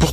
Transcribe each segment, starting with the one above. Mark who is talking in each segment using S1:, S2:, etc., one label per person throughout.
S1: Pour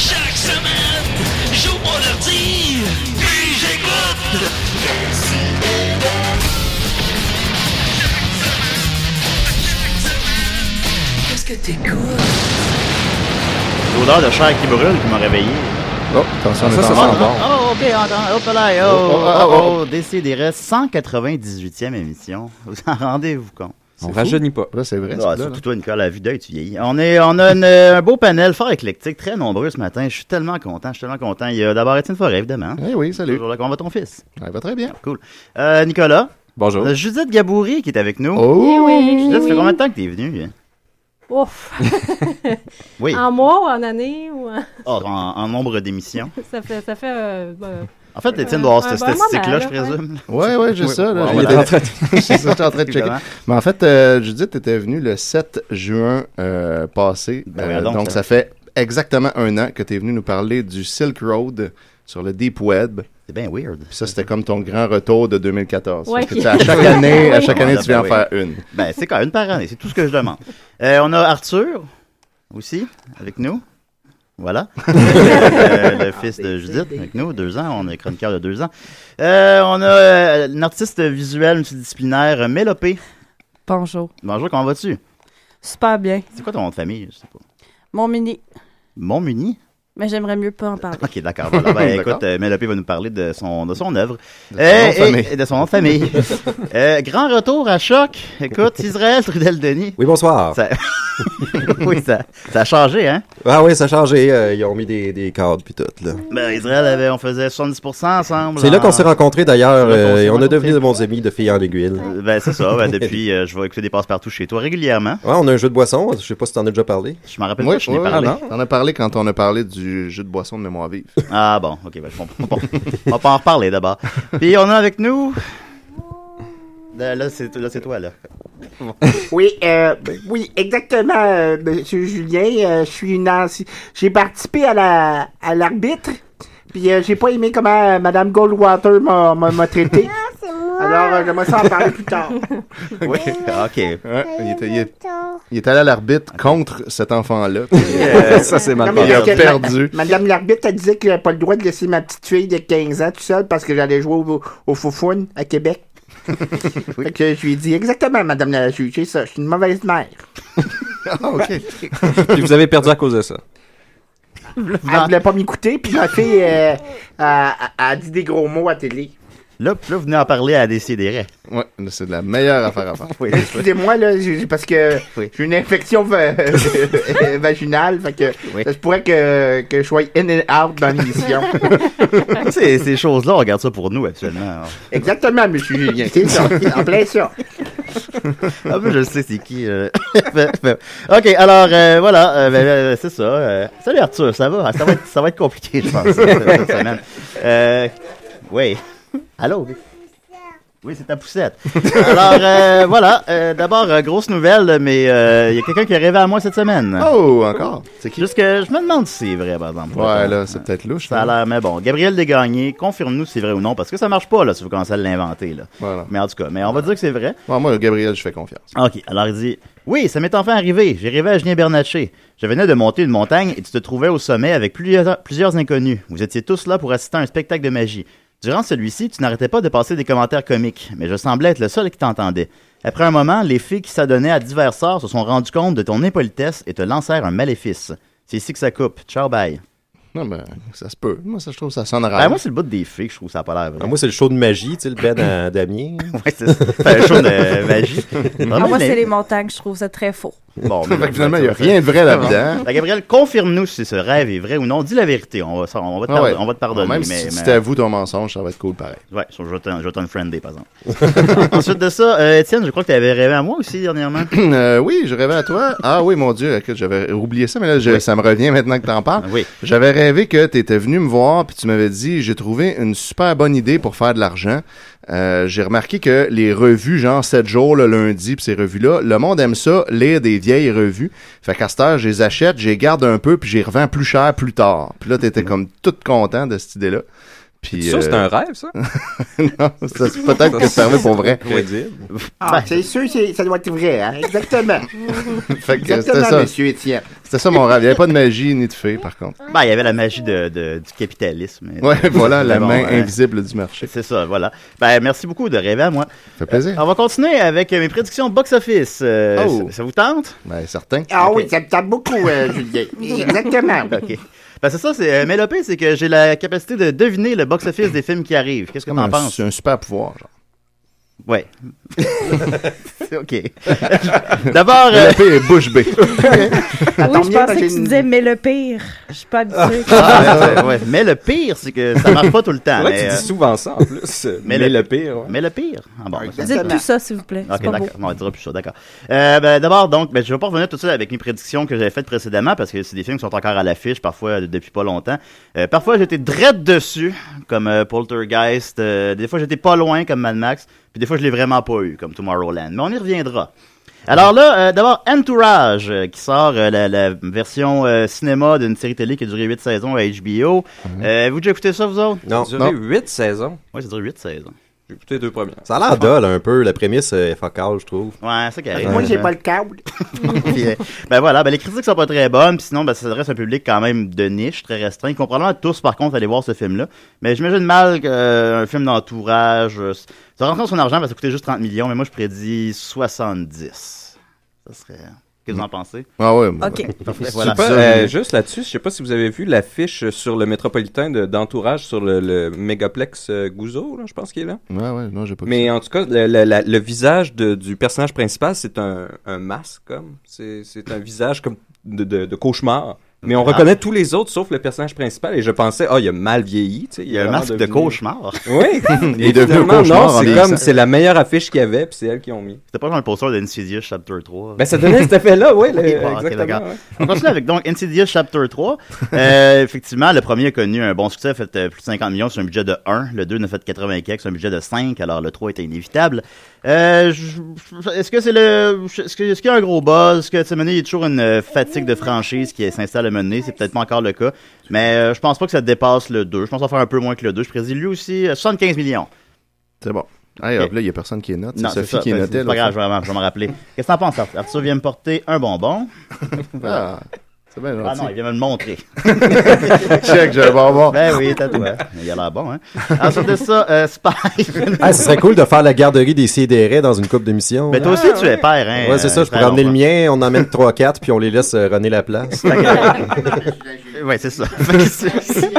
S2: Chaque semaine, j'ouvre mon ordi, puis j'écoute.
S3: Qu'est-ce que t'écoutes?
S4: L'odeur de chair qui brûle qui m'a réveillé.
S5: Oh, attention,
S4: Ah,
S5: ça,
S4: ah, ah, ok, attends, hop là, oh, oh,
S5: oh,
S4: oh,
S5: oh,
S4: oh, Décidérez, 198e émission. Vous en rendez-vous compte?
S5: On rajeunit pas. Là, c'est vrai.
S4: Ah, surtout toi, Nicole, la vie d'œil, tu vieillis. On, est, on a une- euh, un beau panel fort éclectique, très nombreux ce matin. Je suis tellement content, je suis tellement content. Il y a d'abord Étienne Forêt, évidemment.
S5: Eh oui, salut.
S4: Toujours là, comment va ton fils?
S5: Ça va très bien.
S4: Cool. Euh, Nicolas.
S5: Bonjour.
S4: On a Judith Gaboury qui est avec nous.
S5: Oh!
S6: oui.
S4: Judith, ça fait
S6: Oui.
S4: combien de temps que t'es venue? hein?
S6: Ouf!
S4: Oui,
S6: En mois ou en année ou en-
S4: Oh, en, en nombre d'émissions.
S6: ça fait ça fait euh, ben,
S4: En fait, Étienne
S6: Euh,
S4: doit avoir
S6: un
S4: cette
S6: bon
S4: statistique-là,
S6: moment,
S4: je
S6: là,
S4: présume.
S5: Ouais, ouais, j'ai ça. Là,
S4: Ouais,
S5: j'ai-
S4: on est en train de-
S5: j'ai ça, j'étais en train de checker.
S4: Évidemment.
S5: Mais en fait, euh, Judith était venue le 7 juin euh, passé.
S4: Ben
S5: Euh,
S4: voyons donc,
S5: donc,
S4: ça.
S5: ça fait exactement un an que tu es venu nous parler du Silk Road sur le Deep Web.
S4: C'est bien weird.
S5: Puis ça, c'était comme ton grand retour de 2014.
S6: Ouais.
S5: Fait que, tu sais, à chaque année, à chaque
S4: Oui.
S5: année tu viens en
S4: Oui.
S5: faire une.
S4: Ben, c'est quand même une par année, c'est tout ce que je demande. Euh, on a Arthur aussi avec nous. Voilà. Euh, le fils de Judith avec nous, deux ans. On est chroniqueur de deux ans. Euh, on a euh, une artiste visuelle multidisciplinaire, euh, Mélopée.
S7: Bonjour.
S4: Bonjour, comment vas-tu?
S7: Super bien.
S4: C'est quoi ton nom de famille? Je sais pas.
S7: Mon mini.
S4: Montmuni?
S7: Mais j'aimerais mieux pas en parler.
S4: Ok, d'accord. voilà. Ben,
S5: D'accord.
S4: écoute, euh, Mélopée va nous parler de son, de son œuvre.
S5: De
S4: Euh,
S5: ton nom de
S4: et- et de son nom de famille. Euh, grand retour à choc. Écoute, Israël Trudel-Denis.
S8: Oui, bonsoir.
S4: Ça- oui, ça, ça a changé, hein?
S8: Ah oui, ça a changé. euh, ils ont mis des, des cadres puis tout. Là.
S4: Ben, Israël, avait, on faisait 70% ensemble. Ah.
S8: C'est là qu'on s'est
S4: rencontrés.
S8: rencontrés d'ailleurs.
S4: C'est là qu'on
S8: euh,
S4: s'est
S8: et on
S4: rencontrés.
S8: est devenus de bons amis de filles en aiguille. Ouais,
S4: Ben, c'est ça. Ben, depuis, euh, je vais écouter des passe-partout chez toi régulièrement.
S8: on a un jeu de boisson. Je sais pas si t'en as déjà parlé.
S4: Je m'en rappelle
S5: Oui,
S4: pas, je n'ai
S5: oui,
S4: parlé.
S5: oui, on en a parlé quand on a parlé du jus de boisson de mémoire vive.
S4: Ah bon, ok, ben, je comprends. Bon, on va pas en reparler d'abord. Puis on a avec nous. Là, là, c'est là, c'est toi, là.
S9: Oui, euh, ben, oui, exactement, euh, Monsieur Julien. euh, je suis une anci- J'ai participé à la à l'arbitre. Puis euh, j'ai pas aimé comment euh, Madame Goldwater m'a m'a m'a traité. Alors euh, j'aimerais ça en parler plus tard.
S4: Oui, ah, ok.
S5: Ouais, il, était, il est, il est allé à l'arbitre contre cet enfant-là. puis euh,
S8: ça, c'est
S9: Non, mais
S5: Il a
S9: parce que
S5: perdu.
S9: ma- Madame l'arbitre elle disait que j'avais pas le droit de laisser ma petite fille de 15 ans tout seule parce que j'allais jouer au, au foufoune à Québec. Fait que je lui ai dit exactement, Madame la juge, c'est ça, je suis une mauvaise mère.
S5: Ah, ok.
S8: Puis vous avez perdu à cause de ça.
S9: Elle voulait pas m'écouter, puis ma fille euh, a, a- a dit des gros mots à télé.
S4: Là, puis là, vous venez en parler à décider.
S5: Ouais, c'est de la meilleure affaire à faire.
S4: oui,
S9: Excusez-moi, là, j'ai- j'ai- parce que j'ai une infection va- vaginale, fait que ça se pourrait que, que je sois in and out dans l'émission.
S4: ces, ces choses-là, on regarde ça pour nous, actuellement.
S9: Exactement, monsieur Julien, c'est ça, c'est en plein ça.
S4: Ah, ben, je sais c'est qui. euh. ok, alors, euh, voilà, euh, ben, euh, c'est ça. euh. Salut Arthur, ça va? Ah, Ça va être, ça va être compliqué, je pense, cette semaine. Euh, oui. Allô? Oui, c'est ta poussette. Alors, euh, voilà. euh, D'abord, euh, grosse nouvelle, mais euh, il y a quelqu'un qui est rêvé à moi cette semaine.
S5: Oh, encore? C'est
S4: qui? Juste que je me demande si c'est vrai, par exemple.
S5: Ouais, là, c'est peut-être louche. hein.
S4: Ça a l'air, mais bon. Gabriel Desgagnés, confirme-nous si c'est vrai ou non, parce que ça marche pas, là, si vous commencez à l'inventer, là. Mais en tout cas, mais on va dire que c'est vrai.
S5: moi, Gabriel, je fais confiance.
S4: OK. Alors, il dit Oui, ça m'est enfin arrivé. J'ai rêvé à Julien Bernatchez. Je venais de monter une montagne et tu te trouvais au sommet avec plusieurs, plusieurs inconnus. Vous étiez tous là pour assister à un spectacle de magie. Durant celui-ci, tu n'arrêtais pas de passer des commentaires comiques, mais je semblais être le seul qui t'entendait. Après un moment, les filles qui s'adonnaient à divers sorts se sont rendues compte de ton impolitesse et te lancèrent un maléfice. C'est ici que ça coupe. Ciao, bye.
S5: Non, ben, ça se peut. Moi, ça, je trouve ça sonne rare.
S4: Ah, moi, c'est le bout des filles que je trouve ça a pas l'air vrai.
S8: Ah, moi, c'est le show de magie, tu sais, le bed à Damien.
S4: ouais, c'est ça. Fait un show de magie.
S7: Ah,
S4: Vraiment,
S7: moi, c'est
S4: mais-
S7: les montagnes, je trouve ça très faux.
S4: Bon, mais
S5: Fait que
S4: on
S5: finalement,
S4: va
S5: il y a
S4: dire ça.
S5: rien de vrai là-dedans.
S4: Fait, Gabriel, confirme-nous si ce rêve est vrai ou non. Dis la vérité. On va, ça, on va, te,
S5: Ah ouais.
S4: pardon- on va te pardonner.
S5: Même
S4: mais,
S5: si tu
S4: mais-
S5: t'avoues ton mensonge, ça va être cool pareil.
S4: Ouais, je vais t'en- je vais t'en friender, par exemple. Ensuite de ça, euh, Étienne, je crois que tu avais rêvé à moi aussi dernièrement.
S5: Euh, oui, je rêvais à toi. Ah oui, mon Dieu, écoute, j'avais oublié ça, mais là, je- ça me revient maintenant que t'en parles.
S4: Oui.
S5: J'avais rêvé que tu étais venu me voir, puis tu m'avais dit, j'ai trouvé une super bonne idée pour faire de l'argent. Euh, j'ai remarqué que les revues, genre 7 jours le lundi, puis ces revues-là, le monde aime ça, lire des vieilles revues. Fait qu'à cette heure, je les achète, je les garde un peu, puis je les revends plus cher plus tard. Puis là,
S4: Mm.
S5: t'étais comme tout content de cette idée-là. Puis,
S8: T'es sûr que c'est un rêve,
S5: ça? non, ça, c'est peut-être que ça servait pour vrai.
S4: ben.
S9: Ah, c'est sûr, c'est- ça doit être vrai, hein, exactement.
S5: Fait que
S9: exactement,
S5: c'était ça.
S9: monsieur Étienne.
S5: C'était ça mon rêve. Il n'y avait pas de magie ni de fée, par contre.
S4: Ben, il y avait la magie de, de- du capitalisme.
S5: Ouais, voilà, la
S4: Mais
S5: main
S4: hein.
S5: invisible du marché.
S4: C'est ça, voilà. Ben, merci beaucoup de rêver à moi.
S5: Ça fait plaisir.
S4: on va continuer avec euh, mes prédictions box-office. Euh,
S5: Oh.
S4: ça, ça vous tente?
S5: Ben, certain.
S9: Ah oui, ça me tape beaucoup, euh, Julien. Exactement.
S4: OK. Ben, c'est ça, c'est euh, Mélopée, c'est que j'ai la capacité de deviner le box-office des films qui arrivent. Qu'est-ce que
S5: Comme
S4: t'en
S5: un,
S4: penses?
S5: c'est un super pouvoir, genre.
S4: Ouais. OK. D'abord. euh,
S5: Le P est bouche bée.
S7: Oui, je pensais que tu disais, mais le pire, je suis pas habituée.
S4: Ah, ouais, ouais, ouais. Mais le pire, c'est que ça marche pas tout le temps.
S8: Ouais,
S4: mais,
S8: tu
S4: euh,
S8: dis souvent ça, en plus. Mais, le pire, ouais.
S4: Mais le pire. Ah bon, ben, ça-
S7: Dites plus ça, s'il vous plaît.
S4: Ok,
S7: c'est pas beau.
S4: d'accord. On dira plus ça, d'accord. Euh, ben, D'abord, donc, ben, je ne vais pas revenir tout de suite avec mes prédictions que j'avais faites précédemment parce que c'est des films qui sont encore à l'affiche, parfois de- depuis pas longtemps. Euh, parfois, j'étais drette dessus, comme euh, Poltergeist. euh, des fois, j'étais pas loin, comme Mad Max. Puis des fois, je l'ai vraiment pas eu, comme Tomorrowland. Mais on y reviendra. Alors là, euh, d'abord, Entourage, euh, qui sort euh, la, la version euh, cinéma d'une série télé qui a duré 8 saisons à HBO. Euh, vous déjà écouté ça, vous autres?
S8: Mhm. Non. Ça a duré Non. 8 saisons?
S4: Oui, ça a duré 8 saisons.
S8: J'ai écouté les deux premières. Ça a l'air dole Ah, un peu, la prémisse euh, est focale, je trouve.
S4: Ouais, ça qui arrive.
S9: Moi, j'ai pas le câble.
S4: Puis, euh, ben voilà, ben les critiques sont pas très bonnes, puis sinon ben, ça s'adresse à un public quand même de niche, très restreint, qui vont probablement tous par contre aller voir ce film-là. Mais j'imagine mal qu'un film d'entourage, euh, ça rentre dans son argent, va ça coûter juste 30 millions, mais moi je prédis 70. Ça serait... Qu'est-ce que vous en pensez?
S5: Ah ouais,
S4: Parfait,
S10: Je sais
S4: voilà.
S10: pas, euh, juste là-dessus, je sais pas si vous avez vu l'affiche sur le métropolitain de- d'entourage sur le, le mégaplex euh, Gouzeau, là, je pense qu'il est là.
S5: Ouais, ouais, non, j'ai pas
S10: Mais en tout cas, le, le- la- le visage de- du personnage principal, c'est un, un masque, comme. C'est c'est un visage comme de, de- de cauchemar. Mais on
S4: Ah.
S10: reconnaît tous les autres sauf le personnage principal et je pensais, ah, il a mal vieilli. tu sais,
S4: Il a un
S10: vraiment
S4: masque de
S10: devenu-
S4: cauchemar.
S10: Oui.
S4: Il
S10: Et
S4: est devenu un
S10: finalement,
S4: cauchemar en
S10: Non, c'est
S4: vieillissant.
S10: comme, c'est la meilleure affiche qu'il y avait, puis c'est elle qui ont mis.
S4: C'était pas dans le poster de Insidious Chapter 3.
S10: Ben, ça donnait cet effet-là, ouais, le-
S4: bon, euh, ok,
S10: exactement,
S4: d'accord.
S10: ouais.
S4: On continue avec donc Insidious Chapter 3. Euh, effectivement, le premier a connu un bon succès, a fait euh, plus de 50 millions sur un budget de 1. Le 2 n'a fait 80 et quelques sur un budget de 5, alors le 3 était inévitable. Euh, je- je- est-ce que c'est le. Est-ce que- est-ce qu'il y a un gros buzz? Est-ce que, tu sais, mené, il y a toujours une euh, fatigue de franchise qui s'installe à mener? C'est peut-être pas encore le cas. Mais euh, je pense pas que ça dépasse le 2. Je pense qu'on va faire un peu moins que le 2. Je prédis lui aussi euh, 75 millions.
S5: C'est bon. Hey, hop, là, il n'y a personne qui note. C'est
S4: Non, c'est
S5: Sophie
S4: ça.
S5: qui
S4: Ben,
S5: notait.
S4: C'est pas
S5: là.
S4: grave, je vais m'en- je vais me rappeler. Qu'est-ce que t'en penses, Arthur? Arthur vient me porter un bonbon.
S5: Ah, c'est bien
S4: Ah
S5: gentil.
S4: non, il vient me le montrer.
S5: Check, j'ai un bonbon.
S4: Ben oui, t'as toi. Il a l'air bon, hein. Ensuite de ça, euh, Spy.
S8: Ah, ce serait cool de faire la garderie des CDR dans une coupe de mission.
S4: Mais Ben, toi aussi, tu es
S7: Ah.
S4: père, hein.
S8: Ouais, c'est ça,
S4: euh,
S8: je pourrais emmener le
S4: Fernand.
S8: mien, on emmène 3-4, puis on les laisse euh, runner la place.
S4: Ouais, c'est ça. Fait que c'est-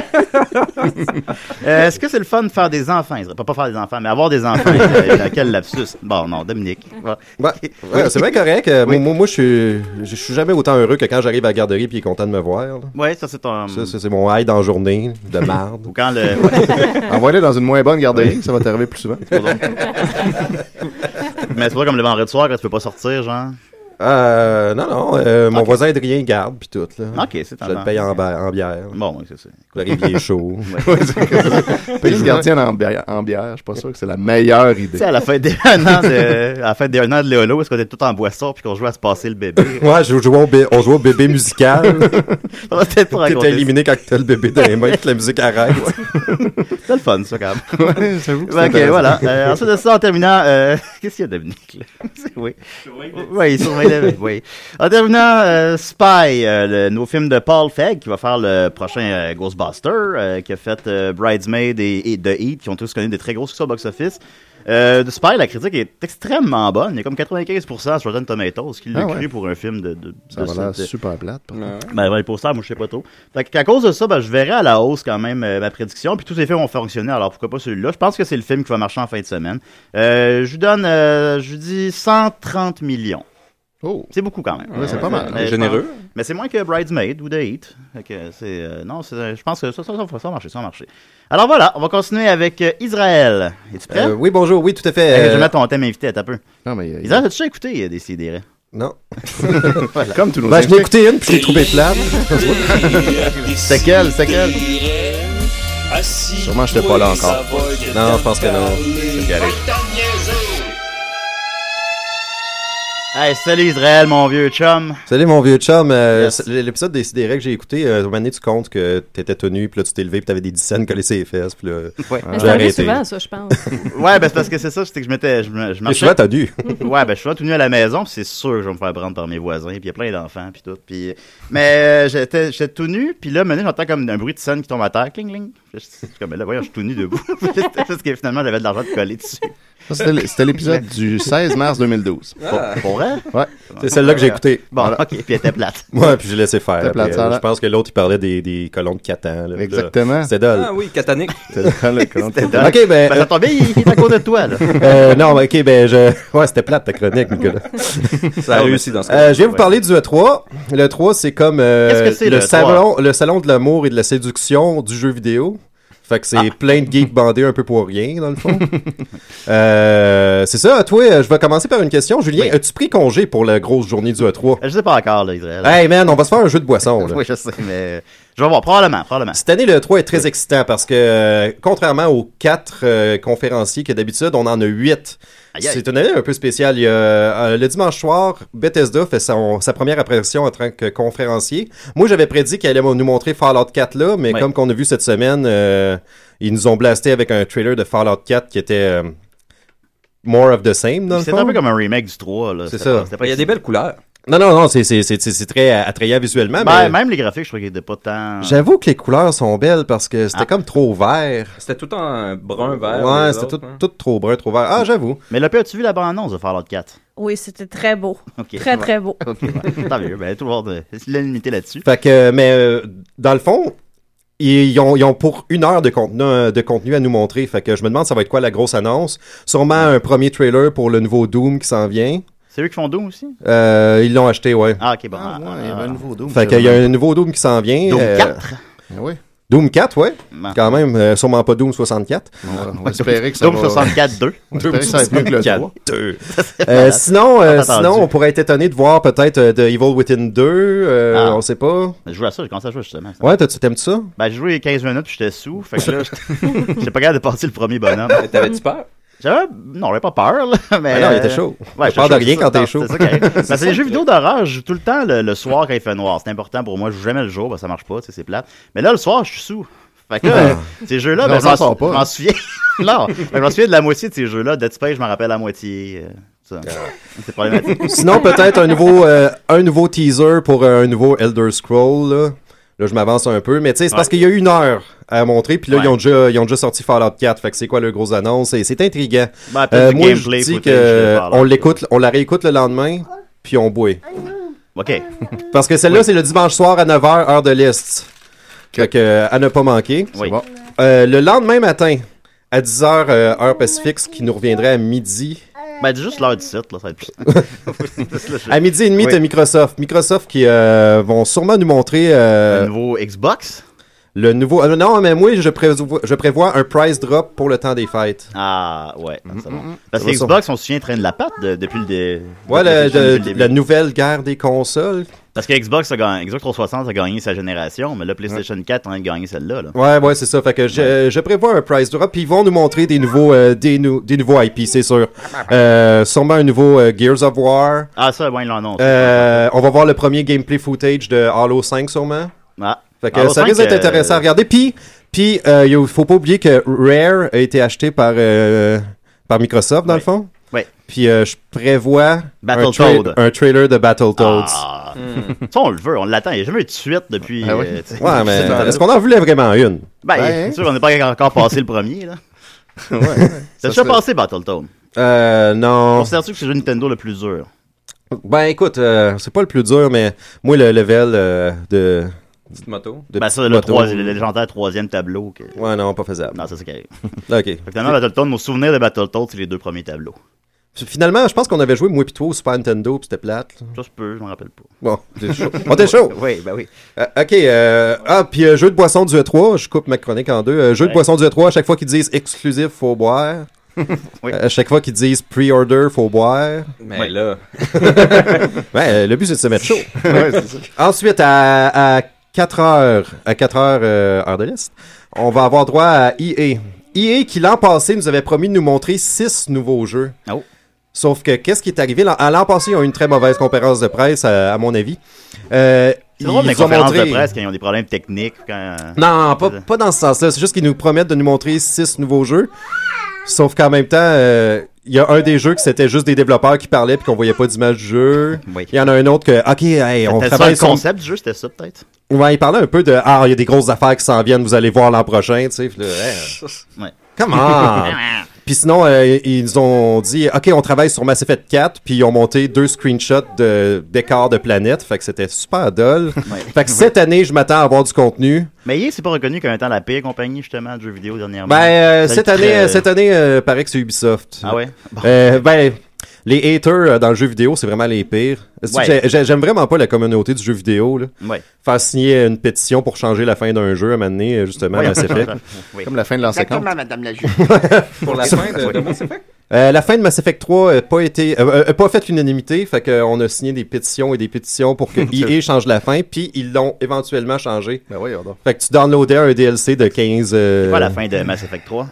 S4: Euh, Est-ce que c'est le fun de faire des enfants? Il dirait pas, pas faire des enfants, mais avoir des enfants. euh, quel lapsus? Bon, non, Dominique. Ouais.
S8: Ouais, c'est bien correct. Euh,
S4: Oui.
S8: Moi, moi, je suis, je suis jamais autant heureux que quand j'arrive à la garderie puis il est content de me voir. là.
S4: Ouais, ça, c'est ton.
S8: Ça, ça, c'est mon hide en journée de marde.
S4: Um. Ou quand le.
S5: Envoie-le dans une moins bonne garderie, ça va t'arriver plus souvent.
S4: mais c'est pas comme le vendredi soir quand tu peux pas sortir, genre.
S8: Euh, non, non. euh, mon voisin de rien garde puis tout. Là.
S4: Ok, c'est
S8: Je le paye en, ba- en bière.
S4: Bon, oui, c'est ça.
S8: Le rivier est chaud.
S4: Ouais.
S5: Payer une gardienne en bière, en bière, je suis pas sûr que c'est la meilleure idée.
S4: Tu sais, à la fête des un an de, à la fête des un an de Léolo, est-ce qu'on était tout en boisson puis qu'on jouait à se passer le bébé?
S8: Ouais, je joue au bé- on jouait au bébé musical.
S4: Faudrait peut-être
S8: T'es
S4: raconter
S8: éliminé quand t'as le bébé dans les mains que la musique arrête.
S4: C'est le fun, ça, quand même.
S8: Ouais, j'avoue que c'est
S4: Ok,
S8: intéressant.
S4: voilà. Euh, ensuite de ça, en terminant, euh, qu'est-ce qu'il y a, Dominique, là? oui. Oui, il surveille la- oui. En terminant, euh, Spy, euh, le nouveau film de Paul Feig, qui va faire le prochain euh, Ghostbuster, euh, qui a fait euh, Bridesmaid et, et The Heat, qui ont tous connu des très gros succès au box-office. Euh, de Spy, la critique est extrêmement bonne. Il y a comme 95% sur Rotten Tomatoes, ce qui l'a
S5: Ah ouais.
S4: cru pour un film de... de
S5: Ça
S4: de
S5: va l'air
S4: cette-
S5: super plate. par contre.
S4: ben, les posters, moi, je sais pas trop. Fait que, à cause de ça, ben, je verrai à la hausse quand même euh, ma prédiction. Puis tous les films ont fonctionné, alors pourquoi pas celui-là? Je pense que c'est le film qui va marcher en fin de semaine. Euh, je vous donne, euh, je vous dis 130 millions. C'est beaucoup quand même.
S5: Oh.
S4: Euh,
S5: Ouais, c'est pas mal.
S4: Mais je
S5: Généreux.
S4: pense- Mais c'est moins que Bridesmaid ou The Heat. Fait que c'est, euh, non, c'est, euh, je pense que ça, ça, ça, ça va marcher, ça va marcher. Alors voilà, on va continuer avec euh, Israël. Es-tu prêt?
S8: Euh, oui, bonjour, oui, tout à fait.
S4: Hey,
S8: Euh,
S4: Jonathan, on t'aime invité, t'as peu.
S5: Non, mais, euh,
S4: Israël, as-tu déjà écouté euh, des CDR?
S8: Non.
S4: Voilà.
S5: Comme tous nos
S8: Ben, je l'ai
S5: invités.
S8: écouté une puis je l'ai trouvé plate.
S5: oh. C'est quel, c'est quel?
S8: Sûrement, j'étais pas là encore. Non, je pense que non.
S4: Hey, salut Israël, mon vieux chum.
S8: Salut mon vieux chum, Euh, c'est- l'épisode des Sidérés que j'ai écouté, euh, à un moment donné, tu comptes que t'étais tenu, puis là tu t'es levé, puis t'avais des dizaines collés sur les fesses, puis là
S4: Ouais.
S6: Mais c'est arrivé souvent, ça, je pense.
S4: Ouais, ben c'est parce que c'est ça, c'était que je m'étais. Je, me- je marchais.
S8: souvent, t'as dû.
S4: ouais, ben je suis souvent tout nu à la maison, puis c'est sûr que je vais me faire prendre par mes voisins, puis il y a plein d'enfants, puis tout. Puis... Mais euh, j'étais j'étais tout nu, puis là, maintenant, j'entends comme un bruit de sonne qui tombe à terre, cling, cling. Je suis comme, ben là, voyons, je suis tout nu debout. parce que finalement, j'avais de l'argent de coller dessus.
S5: Ça, c'était l- C'était l'épisode du 16 mars 2012.
S4: Ah. Pour- pour vrai?
S5: Ouais.
S8: C'est celle-là que j'ai écoutée.
S4: Bon, ok, puis elle était plate.
S8: Ouais, puis j'ai laissé faire.
S5: C'était
S8: Puis,
S5: plate,
S8: euh,
S5: ça, là.
S8: je pense que l'autre, il parlait des, des colons de Catan. là.
S5: Exactement.
S8: C'était dole.
S10: Ah oui, catanique.
S8: C'était
S4: dole.
S8: Ok, ben.
S4: Ben, ça tombe bien, il il est à côté de toi, là.
S8: Euh, non, mais ok, ben je. Ouais, c'était plate ta chronique, Nicolas.
S10: Ça a réussi dans ce
S8: Euh, je viens vous parler du E3. Le E3, c'est comme euh,
S10: Qu'est-ce que c'est,
S8: le,
S10: le E3?
S8: salon, le salon de l'amour et de la séduction du jeu vidéo. Fait que c'est plein de geeks bandés un peu pour rien, dans le fond. Euh, c'est ça, toi, euh, je vais commencer par une question. Julien, as-tu pris congé pour la grosse journée du E3?
S4: Je sais pas encore, là, Israël.
S8: Hey man, on va se faire un jeu de boisson. Là.
S4: Oui, je sais, mais je vais voir, probablement, probablement.
S8: Cette année, le 3 est très excitant parce que, euh, contrairement aux quatre euh, conférenciers que d'habitude, on en a huit.
S4: Aïe, aïe.
S8: C'est une année un peu spéciale. Il y a, euh, le dimanche soir, Bethesda fait son- sa première apparition en tant que conférencier. Moi, j'avais prédit qu'elle allait nous montrer Fallout 4 là, mais
S10: Ouais.
S8: comme qu'on a vu cette semaine, euh, ils nous ont blasté avec un trailer de Fallout 4 qui était euh, more of the same, dans le
S4: C'est
S8: fond.
S4: un peu comme un remake du 3, là.
S8: C'est
S4: C'était
S8: ça.
S4: pas- c'était pas excellent.
S8: belles couleurs. Non, non, non, c'est- c'est c'est- c'est- c'est très attrayant visuellement.
S4: Ben,
S8: mais...
S4: Même les graphiques, je trouvais qu'ils étaient pas tant.
S8: J'avoue que les couleurs sont belles parce que
S4: Ah.
S8: c'était comme trop vert.
S10: C'était tout en brun vert.
S8: Ouais,
S10: les
S8: c'était
S10: autres,
S8: tout,
S10: hein.
S8: tout trop brun, trop vert. Ah, j'avoue.
S4: Mais le pire, as-tu vu la bande-annonce de Fallout 4?
S7: Oui, c'était très beau.
S4: Ok.
S7: Très, très beau.
S4: Ok, ouais. Tant mieux. Ben, tout le monde, euh, c'est l'unanimité là-dessus.
S8: Fait que, mais euh, dans le fond, ils ils ont, ils ont pour une heure de contenu, de contenu à nous montrer. Fait que je me demande ça va être quoi la grosse annonce. Sûrement un premier trailer pour le nouveau Doom qui s'en vient.
S4: C'est eux qui font Doom aussi?
S8: Euh, ils l'ont acheté, ouais.
S4: Ah, ok, bon.
S5: il y avait un nouveau Doom.
S8: fait qu'il y a un nouveau Doom qui s'en vient.
S4: Doom
S8: euh,
S4: 4?
S5: Ah oui.
S8: Doom 4, ouais.
S4: Ah.
S8: Quand même, euh, sûrement pas Doom 64.
S5: On va espérer que ça
S4: Doom
S5: va-
S4: 64-2.
S5: On va espérer que ça va être mieux que le 3.
S8: 2.
S4: malade.
S8: sinon, euh,
S4: Ah, t'as
S8: sinon,
S4: entendu.
S8: on pourrait être étonné de voir peut-être euh, The Evil Within 2. euh,
S4: Ah.
S8: On sait pas.
S4: Je jouais à ça, j'ai commencé à jouer justement.
S8: Ouais, t'as- t'aimes-tu ça?
S4: Ben, j'ai joué 15 minutes puis j'étais sous. Fait que là, j'étais- j'étais pas capable de passer le premier bonhomme.
S10: T'avais-tu peur?
S4: J'avais. Non, j'avais pas peur, là. Mais.
S8: Ah non, il
S4: euh,
S8: était chaud. T'as
S4: Ouais, j'étais
S8: peur de
S4: chaud,
S8: rien
S4: c'est
S8: quand
S4: ça,
S8: t'es chaud.
S4: C'est ça qui arrive. Ben,
S8: C'est
S4: c'est
S8: ça.
S4: les jeux vidéo d'horreur, je joue tout le temps le, le soir quand il fait noir. C'est important pour moi, je joue jamais le jour, parce que ça marche pas, tu sais, c'est plate. Mais là, le soir, je suis sous. Fait que là, euh, ces jeux-là,
S5: Non,
S4: ben, je
S5: ça
S4: m'en
S5: sort
S4: sou-
S5: pas.
S4: je m'en souviens. non, ben, je m'en souviens de la moitié de ces jeux-là. Dead Space, je m'en rappelle la moitié. euh, ça. C'est problématique.
S8: Sinon, peut-être un nouveau, euh, un nouveau teaser pour euh, un nouveau Elder Scroll. Là, Là, je m'avance un peu, mais tu sais, c'est parce
S4: Ouais.
S8: qu'il y a une heure à montrer, puis là,
S4: Ouais.
S8: ils, ont déjà, ils ont déjà sorti Fallout 4. Fait que c'est quoi le gros annonce? Et c'est intriguant.
S4: Ben, peut-être du
S8: moi,
S4: gameplay,
S8: je dis
S4: footage
S8: que
S4: de
S8: euh,
S4: Fallout.
S8: on l'écoute, on la réécoute le lendemain, puis on boit.
S4: OK.
S8: Parce que celle-là, c'est le dimanche soir à 9h, heure de l'Est. Fait que, euh, à ne pas manquer.
S4: Oui.
S8: Euh, le lendemain matin, à 10h, euh, heure pacifique, ce qui nous reviendrait à midi.
S4: Ben, dis juste l'heure 17, là, ça va être plus.
S8: À midi et demi,
S4: Oui.
S8: t'as Microsoft. Microsoft qui euh, vont sûrement nous montrer... euh,
S4: Le nouveau Xbox?
S8: Le nouveau... euh, non, mais moi, je, prévo- je prévois un price drop pour le temps des fêtes.
S4: Ah, ouais. c'est bon. Parce
S8: Ça
S4: que
S8: va
S4: Xbox, on se souvient, traîne la patte de- depuis le dé-
S8: Ouais,
S4: de-
S8: le-
S4: depuis
S8: le-
S4: le début.
S8: la nouvelle guerre des consoles.
S4: Parce que Xbox, a gagné, Xbox 360 a gagné sa génération, mais là, PlayStation 4 a gagné celle-là. là.
S8: Ouais, ouais, c'est ça. Fait que je, je prévois un price drop. Puis ils vont nous montrer des nouveaux, euh, des, nou- des nouveaux IP, c'est sûr. Euh, sûrement un nouveau euh, Gears of War.
S4: Ah, ça, ouais, ils l'ont annoncé.
S8: Euh, on va voir le premier gameplay footage de Halo 5 sûrement.
S4: Ah.
S8: Fait que
S4: Halo
S8: ça
S4: 5,
S8: risque d'être
S4: euh,
S8: intéressant à regarder. Puis, puis euh, il faut pas oublier que Rare a été acheté par, euh, par Microsoft dans le fond.
S4: Ouais.
S8: Puis euh, je prévois un,
S4: Battletoad.
S8: tra- un trailer de Battletoads.
S4: Ah.
S10: Hmm.
S4: ça, on le veut, on l'attend. Il n'y a jamais eu de suite depuis.
S8: Ah oui.
S4: euh, tu sais,
S8: Ouais, mais
S4: depuis-
S8: est-ce qu'on en voulait vraiment une?
S4: Ben, c'est sûr, on n'est pas encore passé le premier, là.
S8: Ouais, ouais.
S4: T'as
S8: Ça
S4: déjà
S8: serait-
S4: passé Battletoad?
S8: Euh, non.
S4: Considères-tu que c'est le jeu Nintendo le plus dur?
S8: Ben écoute, euh, c'est pas le plus dur, mais moi le level euh, de.
S10: Petite moto.
S8: de
S4: ben, ça, le,
S8: petite moto-
S4: trois- le légendaire troisième tableau. que-
S8: Ouais, non, pas faisable.
S4: Non, c'est ça qui arrive.
S8: Ok.
S4: Finalement, Battletoad, nos souvenirs de Battletoad, c'est les deux premiers tableaux.
S8: Puis Finalement, je pense qu'on avait joué moi pis toi au Super Nintendo, puis c'était plate. là.
S4: Ça, je peux, je m'en rappelle pas.
S8: Bon, t'es chaud. On était chaud.
S4: Oui, ben oui.
S8: Euh, ok, euh, ah, puis euh, jeu de boisson du E3, je coupe ma chronique en deux. Euh, jeu
S4: Ouais.
S8: de boisson du E3, à chaque fois qu'ils disent exclusif, faut boire.
S4: Oui.
S8: Euh, À chaque fois qu'ils disent pre-order, faut boire.
S10: Mais là.
S8: Ouais, euh, le but, c'est de se mettre chaud.
S10: Ouais, c'est ça.
S8: Ensuite, à, à 4 heures, à 4 heures, euh, heure de l'Est, on va avoir droit à E EA. EA qui, l'an passé, nous avait promis de nous montrer 6 nouveaux jeux.
S4: Oh.
S8: Sauf que, qu'est-ce qui est arrivé? L'an- À l'an passé, ils ont eu une très mauvaise conférence de presse, à, à mon avis. Euh,
S4: C'est drôle, les
S8: nous ont
S4: conférences
S8: montré-
S4: de presse, quand ils ont des problèmes techniques. Quand...
S8: non, pas, pas dans ce sens-là. C'est juste qu'ils nous promettent de nous montrer six nouveaux jeux. Sauf qu'en même temps, euh, il y a un des jeux que c'était juste des développeurs qui parlaient puis qu'on voyait pas d'image du jeu. Il
S4: Oui.
S8: y en a un autre que, OK, hey, on
S4: C'était ça
S8: travaille
S4: le
S8: sur...
S4: concept du jeu, c'était ça, peut-être?
S8: Ouais, il parlait un peu de, ah, il y a des grosses affaires qui s'en viennent, vous allez voir l'an prochain, tu sais. Puis là, hey,
S4: Ouais.
S8: Come on! puis sinon, euh, ils ont dit, OK, on travaille sur Mass Effect 4, puis ils ont monté deux screenshots de décors de planètes, fait que c'était super dole. Fait que cette année, je m'attends à avoir du contenu.
S4: Mais EA, c'est pas reconnu comme étant la pire compagnie, justement, de jeux vidéo dernièrement.
S8: Ben, euh,
S4: Ça
S8: cette,
S4: le
S8: année,
S4: crée-
S8: euh, cette année, euh, paraît que c'est Ubisoft.
S4: Ah ouais?
S8: Euh, ben, les haters euh, dans le jeu vidéo, c'est vraiment les pires. C'est-tu
S4: Ouais.
S8: que j'ai- j'ai- J'aime vraiment pas la communauté du jeu vidéo. Là.
S4: Ouais.
S8: Faire signer une pétition pour changer la fin d'un jeu à un moment donné, euh, justement,
S4: Ouais.
S8: Mass Effect.
S4: Oui.
S5: Comme la fin de l'an 50.
S9: Exactement, madame la juge.
S10: Pour la fin de, de Mass Effect?
S8: Euh, la fin de Mass Effect 3 n'a pas, été, euh, euh, a pas fait l'unanimité, fait qu'on a signé des pétitions et des pétitions pour que EA change la fin, puis ils l'ont éventuellement changé.
S5: Ben oui, on
S8: Fait que tu downloadais un DLC de 15... euh,
S4: C'est quoi la fin de Mass Effect 3?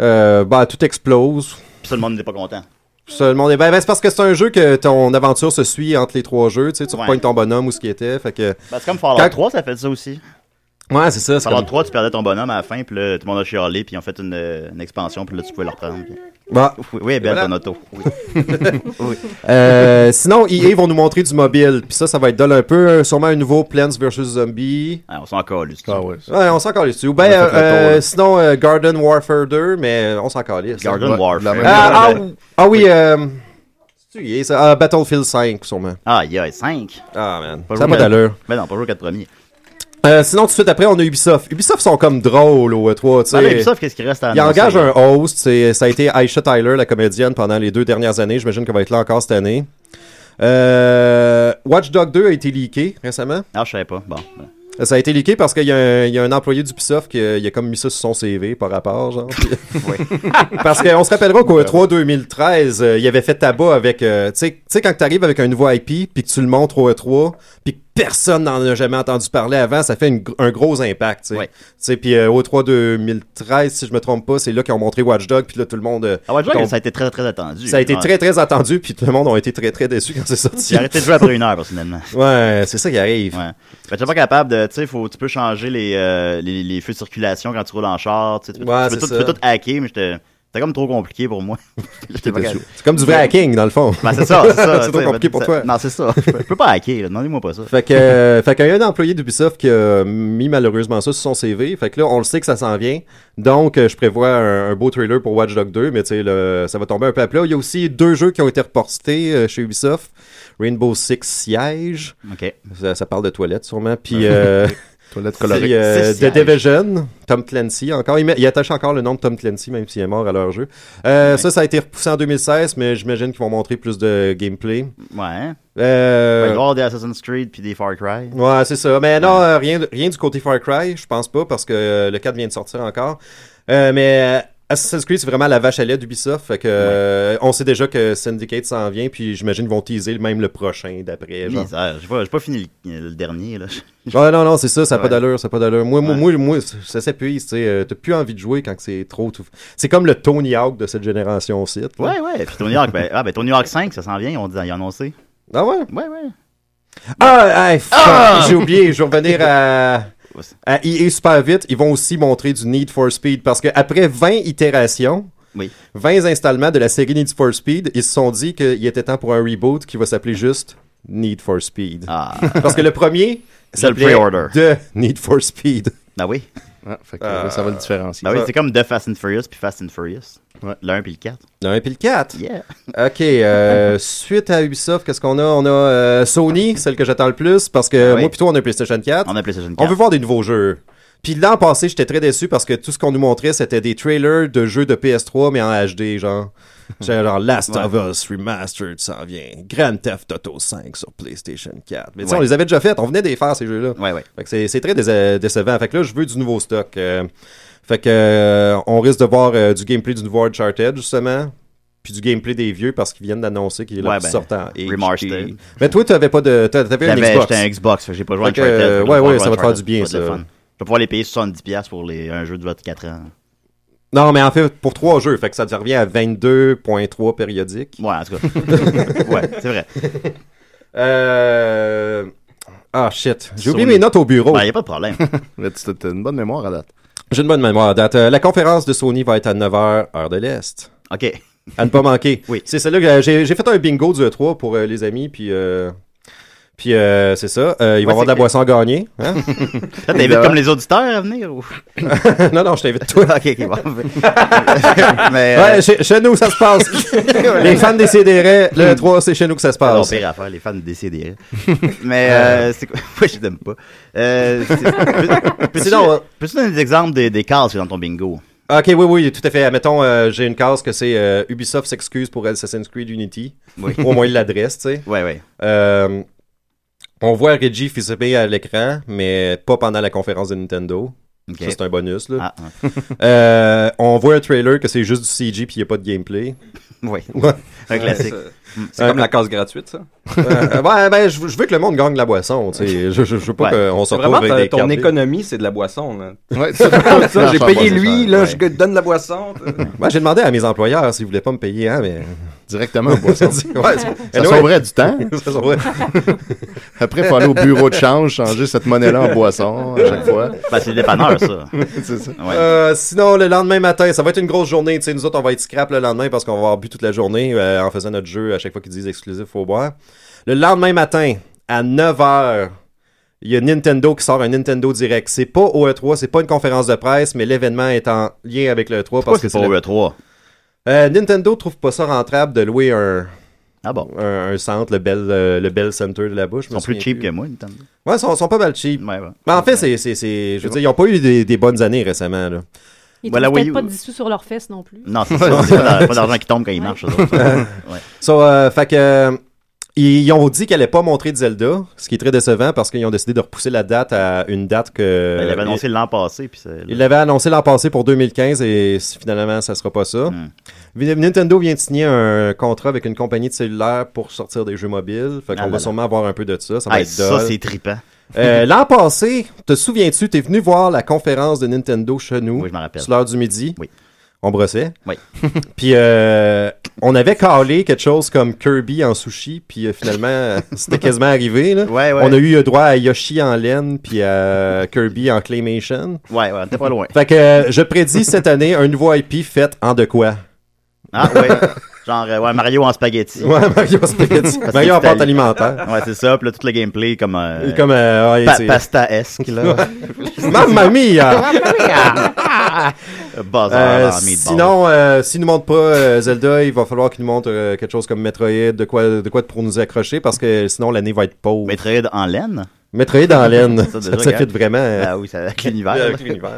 S8: euh, bah, tout explose.
S4: Puis ça, le monde n'est pas content.
S8: Ça, le monde est- ben, ben, c'est parce que c'est un jeu que ton aventure se suit entre les trois jeux. Tu sais, tu
S4: Ouais.
S8: repognes ton bonhomme ou ce qui était. Fait que...
S4: Ben, c'est comme Fallout
S8: Quand-
S4: 3, ça fait ça aussi.
S8: Ouais, c'est ça. c'est
S4: Fallout
S8: comme-
S4: 3, tu perdais ton bonhomme à la fin, puis là, tout le monde a chialé, puis ils ont fait une, euh, une expansion, puis là, tu pouvais le reprendre. puis-
S8: Bah.
S4: Oui, oui, belle
S8: Voilà.
S4: ton auto. Oui. Oui.
S8: Euh, sinon, EA vont nous montrer du mobile. Puis ça, ça va être dole un peu. Euh, Sûrement un nouveau Plants vs. Zombie.
S4: Ah, on s'en calisse.
S5: Ah ouais.
S8: Ouais, on s'en calisse. Ou ben,
S5: On a fait le
S8: euh,
S5: tour, là.
S8: sinon, euh, Garden Warfare 2, mais on s'en calisse.
S4: Garden
S8: Ouais.
S4: Warfare.
S5: la
S8: Ah, ah,
S4: Ouais.
S8: ou- ah oui, euh, c'est-tu EA, ça? Ah, Battlefield 5, sûrement.
S4: Ah, il y a 5.
S8: Ah, man. Ça n'a pas d'allure.
S4: Mais Ben non, pas jouer 4 premiers.
S8: Euh, sinon, tout de suite après, on a Ubisoft. Ubisoft sont comme drôles au E3, tu sais.
S4: Ah, mais Ubisoft, qu'est-ce qui reste à
S8: Il
S4: annoncer?
S8: engage un host, c'est- ça a été Aisha Tyler, la comédienne, pendant les deux dernières années. J'imagine qu'elle va être là encore cette année. Euh, Watch Dog 2 a été leaké récemment.
S4: Ah, je savais pas. Bon.
S8: Ça a été leaké parce qu'il y, a un- il y a un employé du Ubisoft qui euh, il a comme mis ça sur son CV par rapport. Genre. parce qu'on se rappellera qu'au E E3 2013, euh, il avait fait tabac avec... euh, tu sais- tu sais, quand tu arrives avec un nouveau IP, puis que tu le montres au E3, puis que personne n'en a jamais entendu parler avant, ça fait une gr- un gros impact. tu sais.
S4: Ouais.
S8: Tu sais, Puis euh, au E3 2013, si je me trompe pas, c'est là qu'ils ont montré Watch Dog, puis là tout le monde... euh,
S4: Ah, ouais, je vois
S8: tombe-
S4: que ça a été très, très attendu.
S8: ça a été
S4: Ouais.
S8: très très attendu, puis tout le monde a été très très déçu quand c'est sorti.
S4: J'ai arrêté de jouer après une heure, personnellement.
S8: Ouais, c'est ça qui arrive.
S4: Ouais. Ben, t'es pas capable de. Tu sais, faut- tu peux changer les, euh, les, les feux de circulation quand tu roules en char. Tu sais, tu peux,
S8: Ouais,
S4: tu
S8: c'est
S4: peux tout, tu peux
S8: ça.
S4: tout hacker, mais j'étais. C'était comme trop compliqué pour moi. J'étais pas capable.
S8: C'est comme du vrai hacking dans le fond.
S4: Ben, c'est ça, c'est ça. tu
S8: c'est trop
S4: sais,
S8: compliqué
S4: ben,
S8: pour
S4: ça-
S8: toi.
S4: Non, c'est ça. Je peux, je peux pas hacker, là. Demandez-moi pas ça.
S8: Fait que, euh, fait qu'il y a un employé d'Ubisoft qui a mis malheureusement ça sur son CV. Fait que là, on le sait que ça s'en vient. Donc, euh, je prévois un, un beau trailer pour Watch Dogs 2, mais tu sais, le- ça va tomber un peu à plat. Il y a aussi deux jeux qui ont été reportés euh, chez Ubisoft. Rainbow Six Siege.
S4: OK.
S8: Ça, ça parle de toilettes sûrement. Puis euh,
S5: Toilette
S8: Puis,
S5: colorée.
S8: euh,
S5: Sociale.
S8: The Division, Tom Clancy, encore. Il, met- il attache encore le nom de Tom Clancy, même s'il est mort à leur jeu. Euh, Ça, ça a été repoussé en 2016, mais j'imagine qu'ils vont montrer plus de gameplay.
S4: Ouais. Ben,
S8: Euh,
S4: Il va y avoir des Assassin's Creed puis des Far Cry.
S8: Ouais, c'est ça. Mais non, euh, rien, de- rien du côté Far Cry, je pense pas, parce que euh, le 4 vient de sortir encore. Euh, mais euh, Assassin's Creed, c'est vraiment la vache à lait d'Ubisoft. Fait que, euh, on sait déjà que Syndicate s'en vient, puis j'imagine qu'ils vont teaser même le prochain d'après. genre.
S4: Misère. J'ai pas, j'ai pas fini le, le dernier, là.
S8: Ouais, non, non, c'est ça, ça n'a
S4: Ouais.
S8: pas d'allure, ça n'a pas d'allure. Moi, moi, moi, moi, ça s'épuise, tu sais. euh, T'as plus envie de jouer quand c'est trop. tout- C'est comme le Tony Hawk de cette génération aussi.
S4: Ouais, ouais. Puis Tony Hawk, ben, ah, ben Tony Hawk 5, ça s'en vient, on dit, ils ont annoncé.
S8: Ah ouais?
S4: Ouais, ouais.
S8: Ah, hey, fuck,
S4: Ah!
S8: j'ai oublié, je vais revenir à, à EA super vite. Ils vont aussi montrer du Need for Speed parce qu'après 20 itérations, 20 installements de la série Need for Speed, ils se sont dit qu'il était temps pour un reboot qui va s'appeler juste Need for Speed. Parce que le premier,
S4: C'est Ah. le
S8: s'appelait
S4: pre-order.
S8: The Need for Speed.
S4: Ah oui.
S8: Euh, ça va le différencier.
S4: Bah oui,
S8: Ça-
S4: c'est comme The Fast and Furious puis Fast and Furious. Le 1 puis le 4.
S8: Le 1 puis le 4.
S4: Yeah.
S8: OK. euh, suite à Ubisoft, qu'est-ce qu'on a? On a euh, Sony, celle que j'attends le plus, parce que
S4: Ah Oui.
S8: moi, plutôt, on a un PlayStation 4.
S4: On a PlayStation 4.
S8: On veut voir des nouveaux jeux. Puis l'an passé, j'étais très déçu parce que tout ce qu'on nous montrait, c'était des trailers de jeux de PS3, mais en HD, genre. J'étais genre Last of Us Remastered s'en vient. Grand Theft Auto 5 sur PlayStation 4. Mais tu sais,
S4: Ouais.
S8: on les avait déjà fait. On venait de les faire, ces jeux-là. Fait que c'est- c'est très déce- décevant. Fait que là, je veux du nouveau stock. euh, fait que euh, on risque de voir euh, du gameplay du nouveau Uncharted, justement. Puis du gameplay des vieux parce qu'ils viennent d'annoncer qu'il est
S4: Ouais,
S8: là
S4: ben,
S8: sortant. Et-
S4: remastered.
S8: et- Mais toi, t'avais pas de. t'a- T'avais un
S4: J'avais-
S8: Xbox.
S4: J'étais un Xbox, fait que j'ai pas joué à
S8: Fait que,
S4: Uncharted.
S8: euh,
S4: fait que
S8: ouais,
S4: je vais
S8: ouais,
S4: jouer
S8: ça
S4: à
S8: va te faire du
S4: Uncharted,
S8: bien,
S4: ça va être
S8: ça. Hein?
S4: le fun. Je vais pouvoir les payer 70$ pour les, un jeu de 24 ans.
S8: Non, mais en fait, pour trois jeux, fait que ça te revient à 22.3 périodiques.
S4: Ouais, en tout cas. Ouais, c'est vrai.
S8: Euh... Ah, shit. J'ai oublié
S5: Sony.
S8: mes notes au bureau.
S5: Ben, y a
S4: pas de problème.
S5: T'as une bonne mémoire à date.
S8: J'ai une bonne mémoire à date. Euh, la conférence de Sony va être à 9h, heure de l'Est.
S4: OK.
S8: À ne pas manquer.
S4: Oui.
S8: C'est celle-là que euh, j'ai j'ai fait un bingo du E3 pour euh, les amis, puis... euh, Puis euh, c'est ça, Euh, il va y
S4: Ouais,
S8: avoir de
S4: c'est
S8: la
S4: que-
S8: boisson à gagner. hein?
S4: Là, t'invites comme les auditeurs à venir ou?
S8: non, non, je t'invite toi.
S4: ok, ok, bon. Mais, euh,
S8: ouais, chez, chez nous, ça se passe. les fans des CDR, le 3, c'est chez nous que ça se
S4: C'est leur
S8: passe.
S4: pire affaire, les fans décédés. Mais euh, c'est quoi? Moi, je t'aime pas. Euh, c'est- peux- Peux-tu
S8: Sinon, euh,
S4: peux-tu donner des exemples des, des cases qu'il y a dans ton bingo?
S8: Ok, oui, oui, tout à fait. Mettons, j'ai une case que c'est euh, Ubisoft s'excuse pour Assassin's Creed Unity.
S4: Oui.
S8: Au moins, il l'adresse, tu sais.
S4: Ouais, ouais.
S8: Euh, on voit Reggie fils à l'écran, mais pas pendant la conférence de Nintendo.
S4: Ok.
S8: Ça, c'est un bonus, là.
S4: Ah,
S8: Euh, on voit un trailer que c'est juste du CG puis il n'y a pas de gameplay.
S4: Oui.
S8: Ouais.
S4: Un classique.
S10: Ouais, Mm. c'est- c'est comme la case gratuite, ça.
S8: Euh, ouais, ben, je, veux- je veux que le monde gagne la boisson, tu sais. Je, je- je veux pas qu'on se
S10: C'est
S8: retrouve
S10: vraiment
S8: avec
S10: ta-
S8: des
S10: ton
S8: cartes B.
S10: économie, c'est de la boisson. Là.
S5: Ouais,
S8: c'est-
S10: ça, j'ai
S8: Ça,
S10: payé
S8: ça,
S10: lui,
S8: ça,
S10: là,
S8: ouais.
S10: je te donne la boisson.
S8: Moi, j'ai demandé à mes employeurs s'ils voulaient pas me payer, hein, mais.
S5: Directement au boisson.
S8: Ouais, c'est-
S5: Ça
S8: Anyway.
S5: sauverait du temps.
S8: Ça sauverait.
S5: Après, il faut aller au bureau de change, changer cette monnaie-là en boisson à chaque fois.
S4: Ben, c'est le dépanneur, ça.
S5: c'est ça.
S8: Euh, sinon, le lendemain matin, ça va être une grosse journée. Tu sais, nous autres, on va être scrap le lendemain parce qu'on va avoir bu toute la journée euh, en faisant notre jeu à chaque fois qu'ils disent exclusif, faut boire. Le lendemain matin, à 9h, il y a Nintendo qui sort un Nintendo Direct. C'est pas au E3, c'est pas une conférence de presse, mais l'événement est en lien avec le E3
S4: Pourquoi
S8: parce que c'est
S4: c'est pas E
S8: le-
S4: le 3?
S8: Euh, Nintendo trouve pas ça rentable de louer un.
S4: Ah bon?
S8: Un, un centre, le Bell, euh, le Bell Center de la bouche.
S4: Ils sont plus cheap que moi, Nintendo.
S8: Ouais, ils sont, sont pas mal cheap.
S4: Ouais, ouais.
S8: Mais en fait, c'est, c'est, c'est- je veux dire, ils ont pas eu des, des bonnes années récemment. Là.
S6: Ils
S4: Voilà,
S6: trouvent
S4: ben, oui,
S6: peut-être pas
S4: oui.
S6: de dissous sur leurs fesses non plus.
S4: Non, c'est ça. C'est pas d'ar- pas d'argent qui tombe quand ils marchent, eux autres. Ouais.
S8: So, euh, fait que, euh, ils, ils ont dit qu'ils n'allaient pas montrer de Zelda, ce qui est très décevant parce qu'ils ont décidé de repousser la date à une date que.
S4: Ben, il l'avait annoncé l'an passé, puis c'est...
S8: Euh, Il l'avait annoncé l'an passé pour 2015 et c- finalement, ça sera pas ça.
S4: Hmm.
S8: Vi- Nintendo vient de signer un contrat avec une compagnie de cellulaire pour sortir des jeux mobiles. Fait qu'on
S4: Ah là
S8: va
S4: là.
S8: sûrement avoir un peu de ça. Ça
S4: Ah,
S8: va être
S4: ça,
S8: dull.
S4: c'est trippant.
S8: Euh, l'an passé, te souviens-tu, t'es venu voir la conférence de Nintendo chez nous.
S4: je m'en rappelle.
S8: Sur l'heure du midi.
S4: Oui.
S8: On brossait.
S4: Oui.
S8: puis euh, on avait calé quelque chose comme Kirby en sushi, puis euh, finalement, c'était quasiment arrivé. là.
S4: Ouais, ouais.
S8: On a eu euh, droit à Yoshi en laine, puis à Kirby en claymation.
S4: Ouais, ouais, t'es pas loin.
S8: Fait que euh, je prédis cette année un nouveau IP fait en de quoi?
S4: Ah, ouais. Genre, euh, ouais, Mario en spaghetti.
S8: Ouais, Mario en spaghetti.
S4: Parce que
S8: Mario en
S4: c'est
S8: pâte
S4: Italie.
S8: alimentaire.
S4: Ouais, c'est ça. Puis là, tout le gameplay comme... euh,
S8: Comme, euh, ouais,
S4: pa-
S8: c'est-
S4: Pasta-esque, là.
S8: Mamma mia! Euh,
S4: Bazar en meatball.
S8: sinon, euh, s'ils nous montrent pas euh, Zelda, il va falloir qu'ils nous montrent euh, quelque chose comme Metroid, de quoi, de quoi pour nous accrocher, parce que sinon l'année va être pauvre.
S4: Metroid en laine?
S8: Metroid dans laine.
S4: Ça,
S8: ça,
S4: déjà,
S8: ça,
S4: quand-
S8: fit vraiment. euh,
S4: Ah oui, ça- avec l'univers.
S8: Avec l'univers.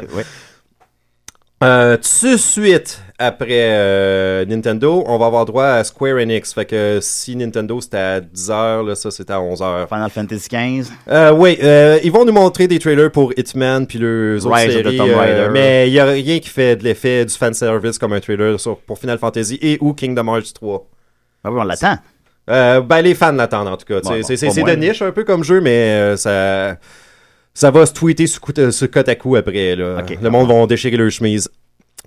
S8: Euh, tout de suite après euh, Nintendo, on va avoir droit à Square Enix. Fait que Euh, si Nintendo c'était à 10h, là, ça c'était à 11h.
S4: Final Fantasy 15.
S8: Euh, oui, euh, ils vont nous montrer des trailers pour Hitman puis leurs autres
S4: Rise of the
S8: séries. euh,
S4: Tomb Raider.
S8: mais il n'y a rien qui fait de l'effet du fanservice comme un trailer sur- pour Final Fantasy et ou Kingdom Hearts 3.
S4: Ben oui, on l'attend.
S8: ben les fans l'attendent en tout cas. tu
S4: Bon,
S8: sais.
S4: bon,
S8: c'est c'est-
S4: pas
S8: c'est
S4: moi,
S8: de
S4: mais-
S8: niche un peu comme jeu, mais euh, ça, ça va se tweeter sur, coup- sur côte à coup après. Là. Le monde va déchirer leurs chemises.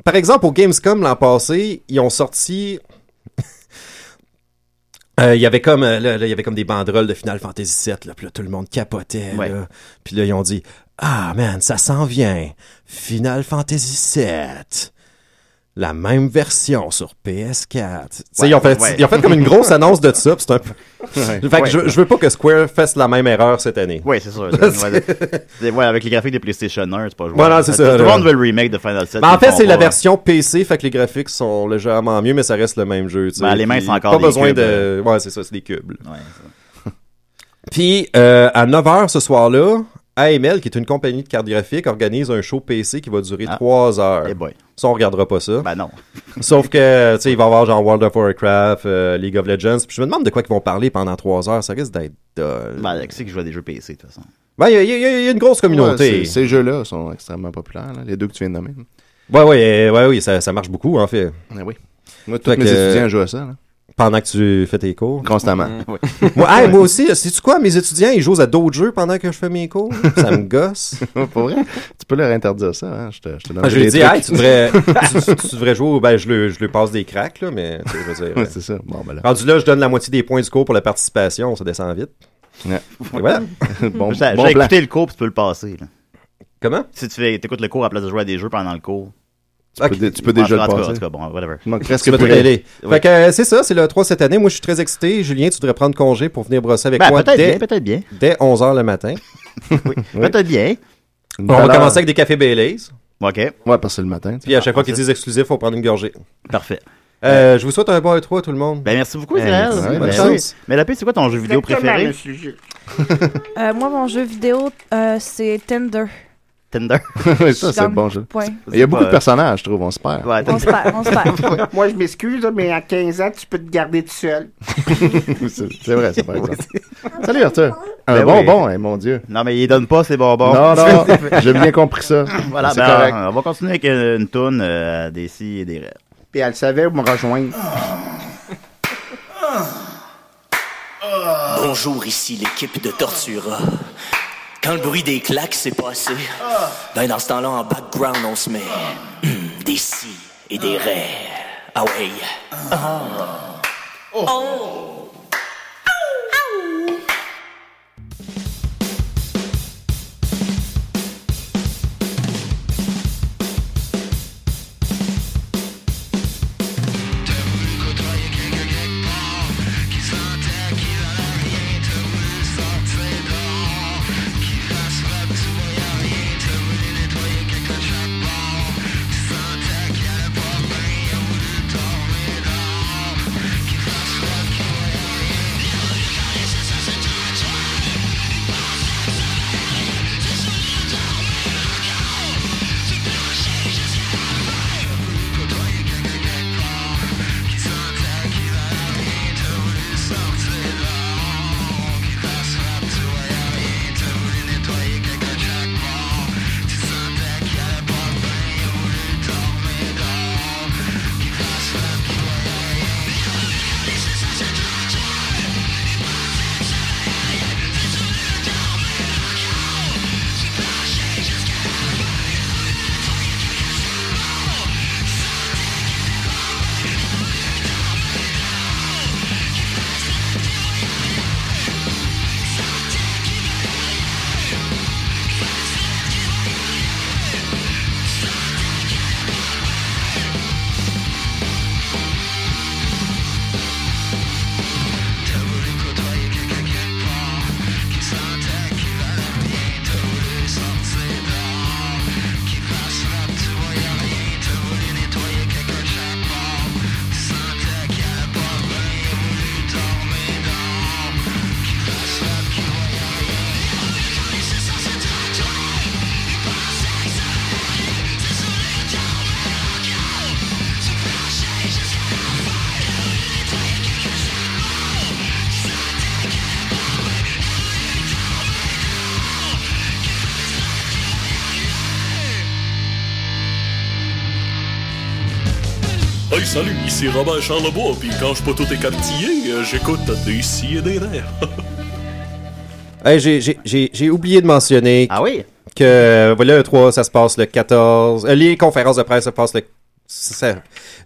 S8: Par exemple, au Gamescom l'an passé, ils ont sorti euh, il y avait comme euh, là, là, il y avait comme des banderoles de Final Fantasy VII là, puis là, tout le monde capotait là. puis là ils ont dit ah man ça s'en vient Final Fantasy VII la même version sur PS4 Tu sais,
S10: Ouais,
S8: ils ont fait
S10: ouais.
S8: ils ont fait comme une grosse annonce de ça puis c'est un peu
S4: Ouais.
S8: fait que
S4: Ouais.
S8: je, je veux pas que Square fasse la même erreur cette année
S4: Oui, c'est sûr.
S8: Parce que-
S4: C'est- ouais, avec les graphiques des PlayStation 1, c'est pas jouable.
S8: Voilà, c'est ça,
S4: Tout le
S8: là.
S4: monde veut le remake de Final 7.
S8: Mais en fait, c'est la
S4: hein.
S8: version PC, fait que les graphiques sont légèrement mieux, mais ça reste le même jeu. tu sais.
S4: Ben, les mains,
S8: Puis,
S4: c'est encore
S8: Pas
S4: des
S8: besoin
S4: cubes, euh,
S8: de. Ouais, c'est ça, c'est des cubes. là. Puis, euh, à 9h ce soir-là, AML, qui est une compagnie de cartes graphiques, organise un show PC qui va durer 3 heures. Ça, on regardera pas ça.
S4: Ah. Eh Ben non.
S8: Sauf que, tu sais, il va y avoir genre World of Warcraft, euh, League of Legends. Puis je me demande de quoi ils vont parler pendant 3 heures. Ça risque d'être. dull.
S4: Ben, qui c'est qui joue à des jeux PC, de toute façon?
S8: Ben, il y, a- il y a il y a une grosse communauté.
S5: Ouais, ces- ces jeux-là sont extrêmement populaires, là, les deux que tu viens de nommer.
S8: Ouais, ouais, euh, ouais, oui, ça, ça marche beaucoup, en fait.
S5: Ah oui. Moi,
S8: Fait
S5: tous mes
S8: que- Hum,
S5: étudiants jouent à ça. là.
S8: Pendant que tu fais tes cours.
S5: Constamment.
S10: Mm.
S8: moi, hey, moi aussi, sais-tu quoi? Mes étudiants, ils jouent à d'autres jeux pendant que je fais mes cours. Ça me gosse.
S5: Pour vrai, tu peux leur interdire ça. hein, Je te, je te donne
S8: Ah, je lui ai
S5: des
S8: dit,
S5: trucs.
S8: hey, tu devrais, tu, tu- tu devrais jouer. au- Ben, je lui je lui passe des cracks, là, mais tu sais, je veux dire.
S5: Ouais,
S8: euh,
S5: c'est ça. Bon, ben là.
S8: Rendu là, je donne la moitié des points du cours pour la participation. Ça descend vite.
S5: Ouais.
S8: Et voilà.
S4: Bon, j'ai j'ai écouté le cours, puis tu peux le passer. Là.
S8: Comment?
S4: Si tu écoutes le cours à la place de jouer à des jeux pendant le cours.
S8: Tu peux dé- tu peux
S4: En
S8: déjà
S4: tout cas,
S8: le
S4: en tout cas,
S8: passer.
S4: En tout cas, bon, whatever.
S8: Il manque presque Tu vas te plus rien. révéler. Fait que euh, c'est ça, c'est le 3 cette année. Moi, je suis très excité. Julien, tu devrais prendre congé pour venir brosser avec
S4: Ben,
S8: moi
S4: peut-être
S8: dès,
S4: bien, peut-être bien.
S8: dès 11h le matin.
S4: Peut-être bien.
S8: On va commencer avec des cafés Baileys.
S4: OK. Ouais,
S5: parce que c'est le matin.
S8: Puis à chaque fois qu'ils disent exclusif, faut prendre une gorgée.
S4: Parfait.
S8: Euh, je vous souhaite un bon E3 tout le monde.
S4: Ben merci beaucoup, Israël.
S8: Israël.
S4: Ben
S8: bonne
S4: oui.
S8: chance.
S4: Mais la paix, c'est quoi ton jeu vidéo
S8: Exactement,
S4: préféré?
S8: monsieur.
S11: Euh, moi, mon jeu vidéo, euh, c'est Tinder.
S4: Tinder.
S5: ça, c'est
S11: Dans-
S5: bon jeu.
S11: Ouais.
S5: Il y a beaucoup
S4: Ouais.
S5: de personnages, je trouve. On se perd.
S11: On se perd, on se perd.
S9: Moi, je m'excuse, là, mais à 15 ans, tu peux te garder tout seul.
S5: c'est c'est vrai, ça, par exemple. Salut, Arthur. Un
S4: Ben oui.
S5: bonbon, hein, mon Dieu.
S4: Non, mais il donne pas ses bonbons.
S5: Non, non, j'ai bien compris ça.
S4: Voilà,
S5: C'est
S4: ben,
S5: correct.
S4: on va continuer avec une, une toune euh, des si et des rêves.
S9: Puis elle savait où me rejoindre.
S12: Bonjour, ici l'équipe de Tortura. Quand le bruit des claques s'est passé,
S4: Ah.
S12: ben dans ce temps-là, en background, on se met hum, des si et des ré. Ah ouais. Ah.
S2: Oh. Qui
S13: salut, ici Robert Charlebois, puis quand je pas tout écartillé, euh, j'écoute des si et des rêves.
S8: Hey, j'ai- j'ai- j'ai j'ai oublié de mentionner
S4: Ah
S8: que euh, voilà, E3, ça se passe le 14. euh, les conférences de presse se passent le ça-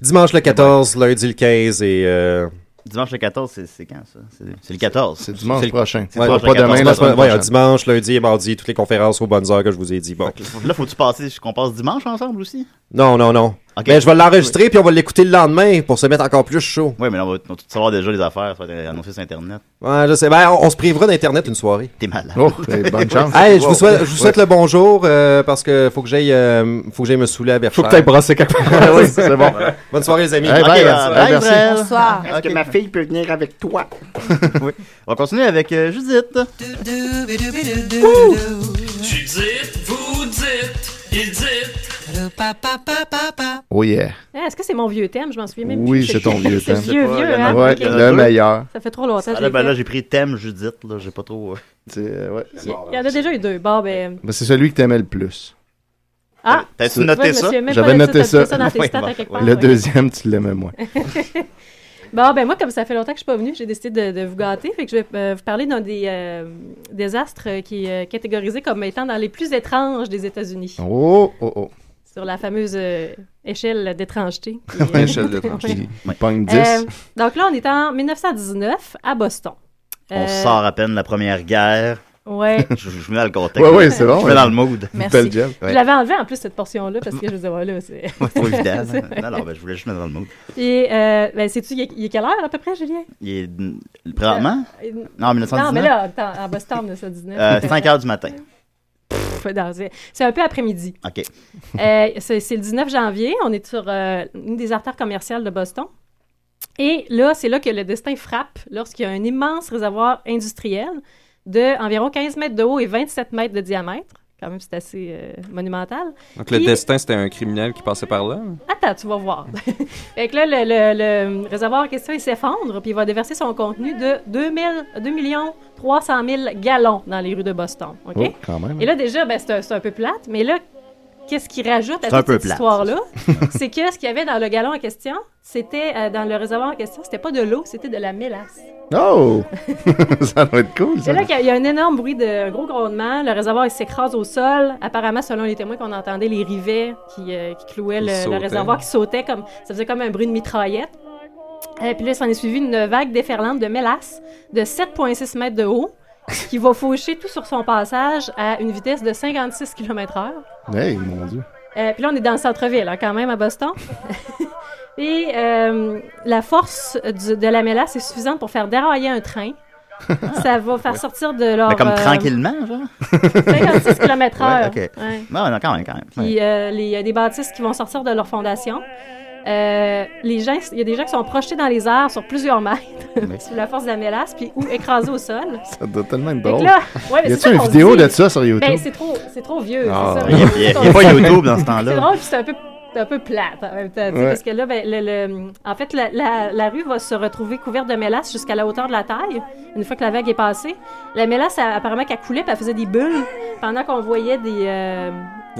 S8: dimanche le 14, lundi le 15 et. euh,
S4: Dimanche le 14, c'est- c'est quand ça? C'est c'est le 14.
S5: C'est dimanche
S4: C'est le-
S5: prochain.
S4: c'est
S8: ouais,
S4: dimanche
S8: pas
S4: le 14,
S8: demain, la
S4: la
S8: semaine-
S4: semaine
S8: ouais,
S4: prochaine.
S8: dimanche, lundi et mardi, toutes les conférences aux bonnes heures que je vous ai dit. Bon.
S4: Là, faut-tu passer, qu'on passe dimanche ensemble aussi?
S8: Non, non, non. Mais je vais l'enregistrer puis on va l'écouter le lendemain pour se mettre encore plus chaud.
S4: Oui, mais là, on va on va tout savoir déjà les affaires, ça va être annoncé sur Internet.
S8: Ouais, je sais. Ben, on, on se privera d'Internet une soirée.
S4: T'es malade.
S5: Oh, eh, bonne chance.
S8: Hey, je vous souhaite, je vous
S5: Ouais.
S8: souhaite le bonjour euh, parce que faut que j'aille euh, faut que j'aille me saouler à Berchère.
S5: Faut que t'ailles brasser quelque part. Oui, c'est bon.
S8: Bonne soirée, les amis.
S5: Hey, bye, euh, bye,
S4: merci. Brel.
S9: Bonsoir. Est-ce que ma fille peut venir avec toi?
S4: oui. On va continuer avec euh, Judith.
S2: Judith, vous dites, il dit.
S6: Papa, papa, papa.
S5: Oh yeah.
S6: Eh, Est-ce que c'est mon vieux thème? Je m'en souviens même
S5: Oui,
S6: plus.
S5: c'est ton vieux
S6: C'est
S5: thème.
S6: vieux,
S5: Ouais,
S6: vieux,
S5: le
S6: hein?
S5: ouais,
S6: Ok.
S5: le meilleur.
S6: Ça fait trop longtemps. que
S4: Ah,
S6: je
S4: là,
S6: l'ai
S4: ben, là,
S6: fait.
S4: j'ai pris thème Judith, là, j'ai pas trop. euh,
S5: euh,
S6: Il y en a déjà eu deux. Bon, ben.
S5: Ben, c'est celui que t'aimais le plus.
S6: Ah!
S5: T'as-tu
S6: tu vois,
S5: noté
S6: je me
S5: ça?
S6: souviens même
S5: J'avais
S6: pas de
S5: noté
S6: T'as
S5: ça.
S6: mis dans tes
S5: Oui,
S6: stats à
S5: bon,
S6: quelque
S5: oui.
S6: part,
S5: Le
S6: ok.
S5: deuxième, tu l'aimais moins.
S6: bon, ben moi, comme ça fait longtemps que je suis pas venue, j'ai décidé de, de vous gâter. Fait que je vais euh, vous parler d'un des euh, désastres euh, qui est euh, catégorisé comme étant dans les plus étranges des États-Unis.
S5: Oh, oh, oh.
S6: Sur la fameuse euh, échelle d'étrangeté.
S5: Échelle d'étrangeté.
S6: Ouais.
S5: Il pogne dix.
S6: Euh, donc là, on est en 1919 à Boston.
S4: On
S6: Euh,
S4: sort à peine la première guerre.
S6: Ouais.
S4: je, je mets dans le contexte.
S5: Ouais, ouais, c'est bon,
S4: Je mets
S5: ouais.
S4: dans le mood.
S6: Merci. Je l'avais enlevé en plus cette portion-là parce que je disais, ouais, là, c'est.
S4: Ouais, pas évident.
S6: C'est
S4: hein.
S6: vrai.
S4: Non, non, ben, je voulais juste mettre dans le mood.
S6: Et, euh, ben, sais-tu, il est- il est quelle heure à peu près, Julien?
S4: Il est présentement?
S6: Euh,
S4: Non,
S6: Non,
S4: 1919.
S6: mais là, attends, à Boston, 1919.
S4: Euh, 5 heures du matin.
S6: Pff, non, c'est- C'est un peu après-midi.
S4: OK.
S6: Euh, c'est c'est le 19 janvier. On est sur euh, une des artères commerciales de Boston. Et là, c'est là que le destin frappe lorsqu'il y a un immense réservoir industriel de environ 15 mètres de haut et 27 mètres de diamètre. Quand même, c'est assez euh, monumental.
S10: Donc, le
S6: Puis-
S10: destin, c'était un criminel qui passait par là.
S6: Attends, tu vas voir. fait que là, le, le- le réservoir en question, il s'effondre, puis il va déverser son contenu de 2000 2 300 000 gallons dans les rues de Boston. OK?
S5: Oh, quand même.
S6: Et là, déjà, ben, c'est un, c'est un peu plate, mais là, qu'est-ce qu'il rajoute à
S5: C'est un
S6: toute
S5: peu
S6: cette
S5: plate.
S6: histoire-là? c'est que ce qu'il y avait dans le gallon en question, c'était, euh, dans le réservoir en question, c'était pas de l'eau, c'était de la mélasse.
S5: Oh! ça doit être cool,
S6: C'est
S5: ça.
S6: là qu'il y a un énorme bruit de un gros grondement. Le réservoir il s'écrase au sol. Apparemment, selon les témoins qu'on entendait, les rivets qui, euh, qui clouaient
S11: Qui
S6: le, le
S11: sautaient.
S6: réservoir, qui sautaient comme ça faisait comme un bruit de mitraillette. Et puis là, s'en est suivi une vague déferlante de mélasse de 7,6 mètres de haut qui va faucher tout sur son passage à une vitesse de 56 km/h.
S5: Hey, mon Dieu.
S6: Euh, puis là, on est dans le centre-ville, hein, quand même, à Boston. Et euh, la force du- de la mélasse est suffisante pour faire dérailler un train. Ça va faire sortir de leur...
S4: Mais comme
S6: euh,
S4: tranquillement, genre?
S6: 56 km heure.
S4: Ouais, OK.
S6: Ouais.
S4: Non, non, quand même, quand même.
S6: Puis euh, les- il y a des bâtisses qui vont sortir de leur fondation. Euh, les gens, il y a des gens qui sont projetés dans les airs sur plusieurs mètres
S5: Mais-
S6: sous la force de la mélasse, puis ou écrasés au sol.
S5: Ça doit tellement être
S6: Fait que
S5: drôle.
S6: là- ouais, mais
S5: y
S6: c'est
S5: a-tu une
S6: qu'on
S5: vidéo
S6: dit.
S5: de ça sur YouTube?
S6: Ben, c'est trop, c'est trop vieux.
S5: Ah.
S6: c'est ça.
S5: Il y a- il y a- il y a pas YouTube dans ce temps-là.
S6: C'est drôle, puis c'est un peu, c'est un peu plate en même temps, tu sais,
S5: Ouais.
S6: parce que là, ben, le- le- en fait, la, la- la rue va se retrouver couverte de mélasse jusqu'à la hauteur de la taille. Une fois que la vague est passée, la mélasse elle- apparemment qu'elle coulait, puis elle faisait des bulles pendant qu'on voyait des, euh,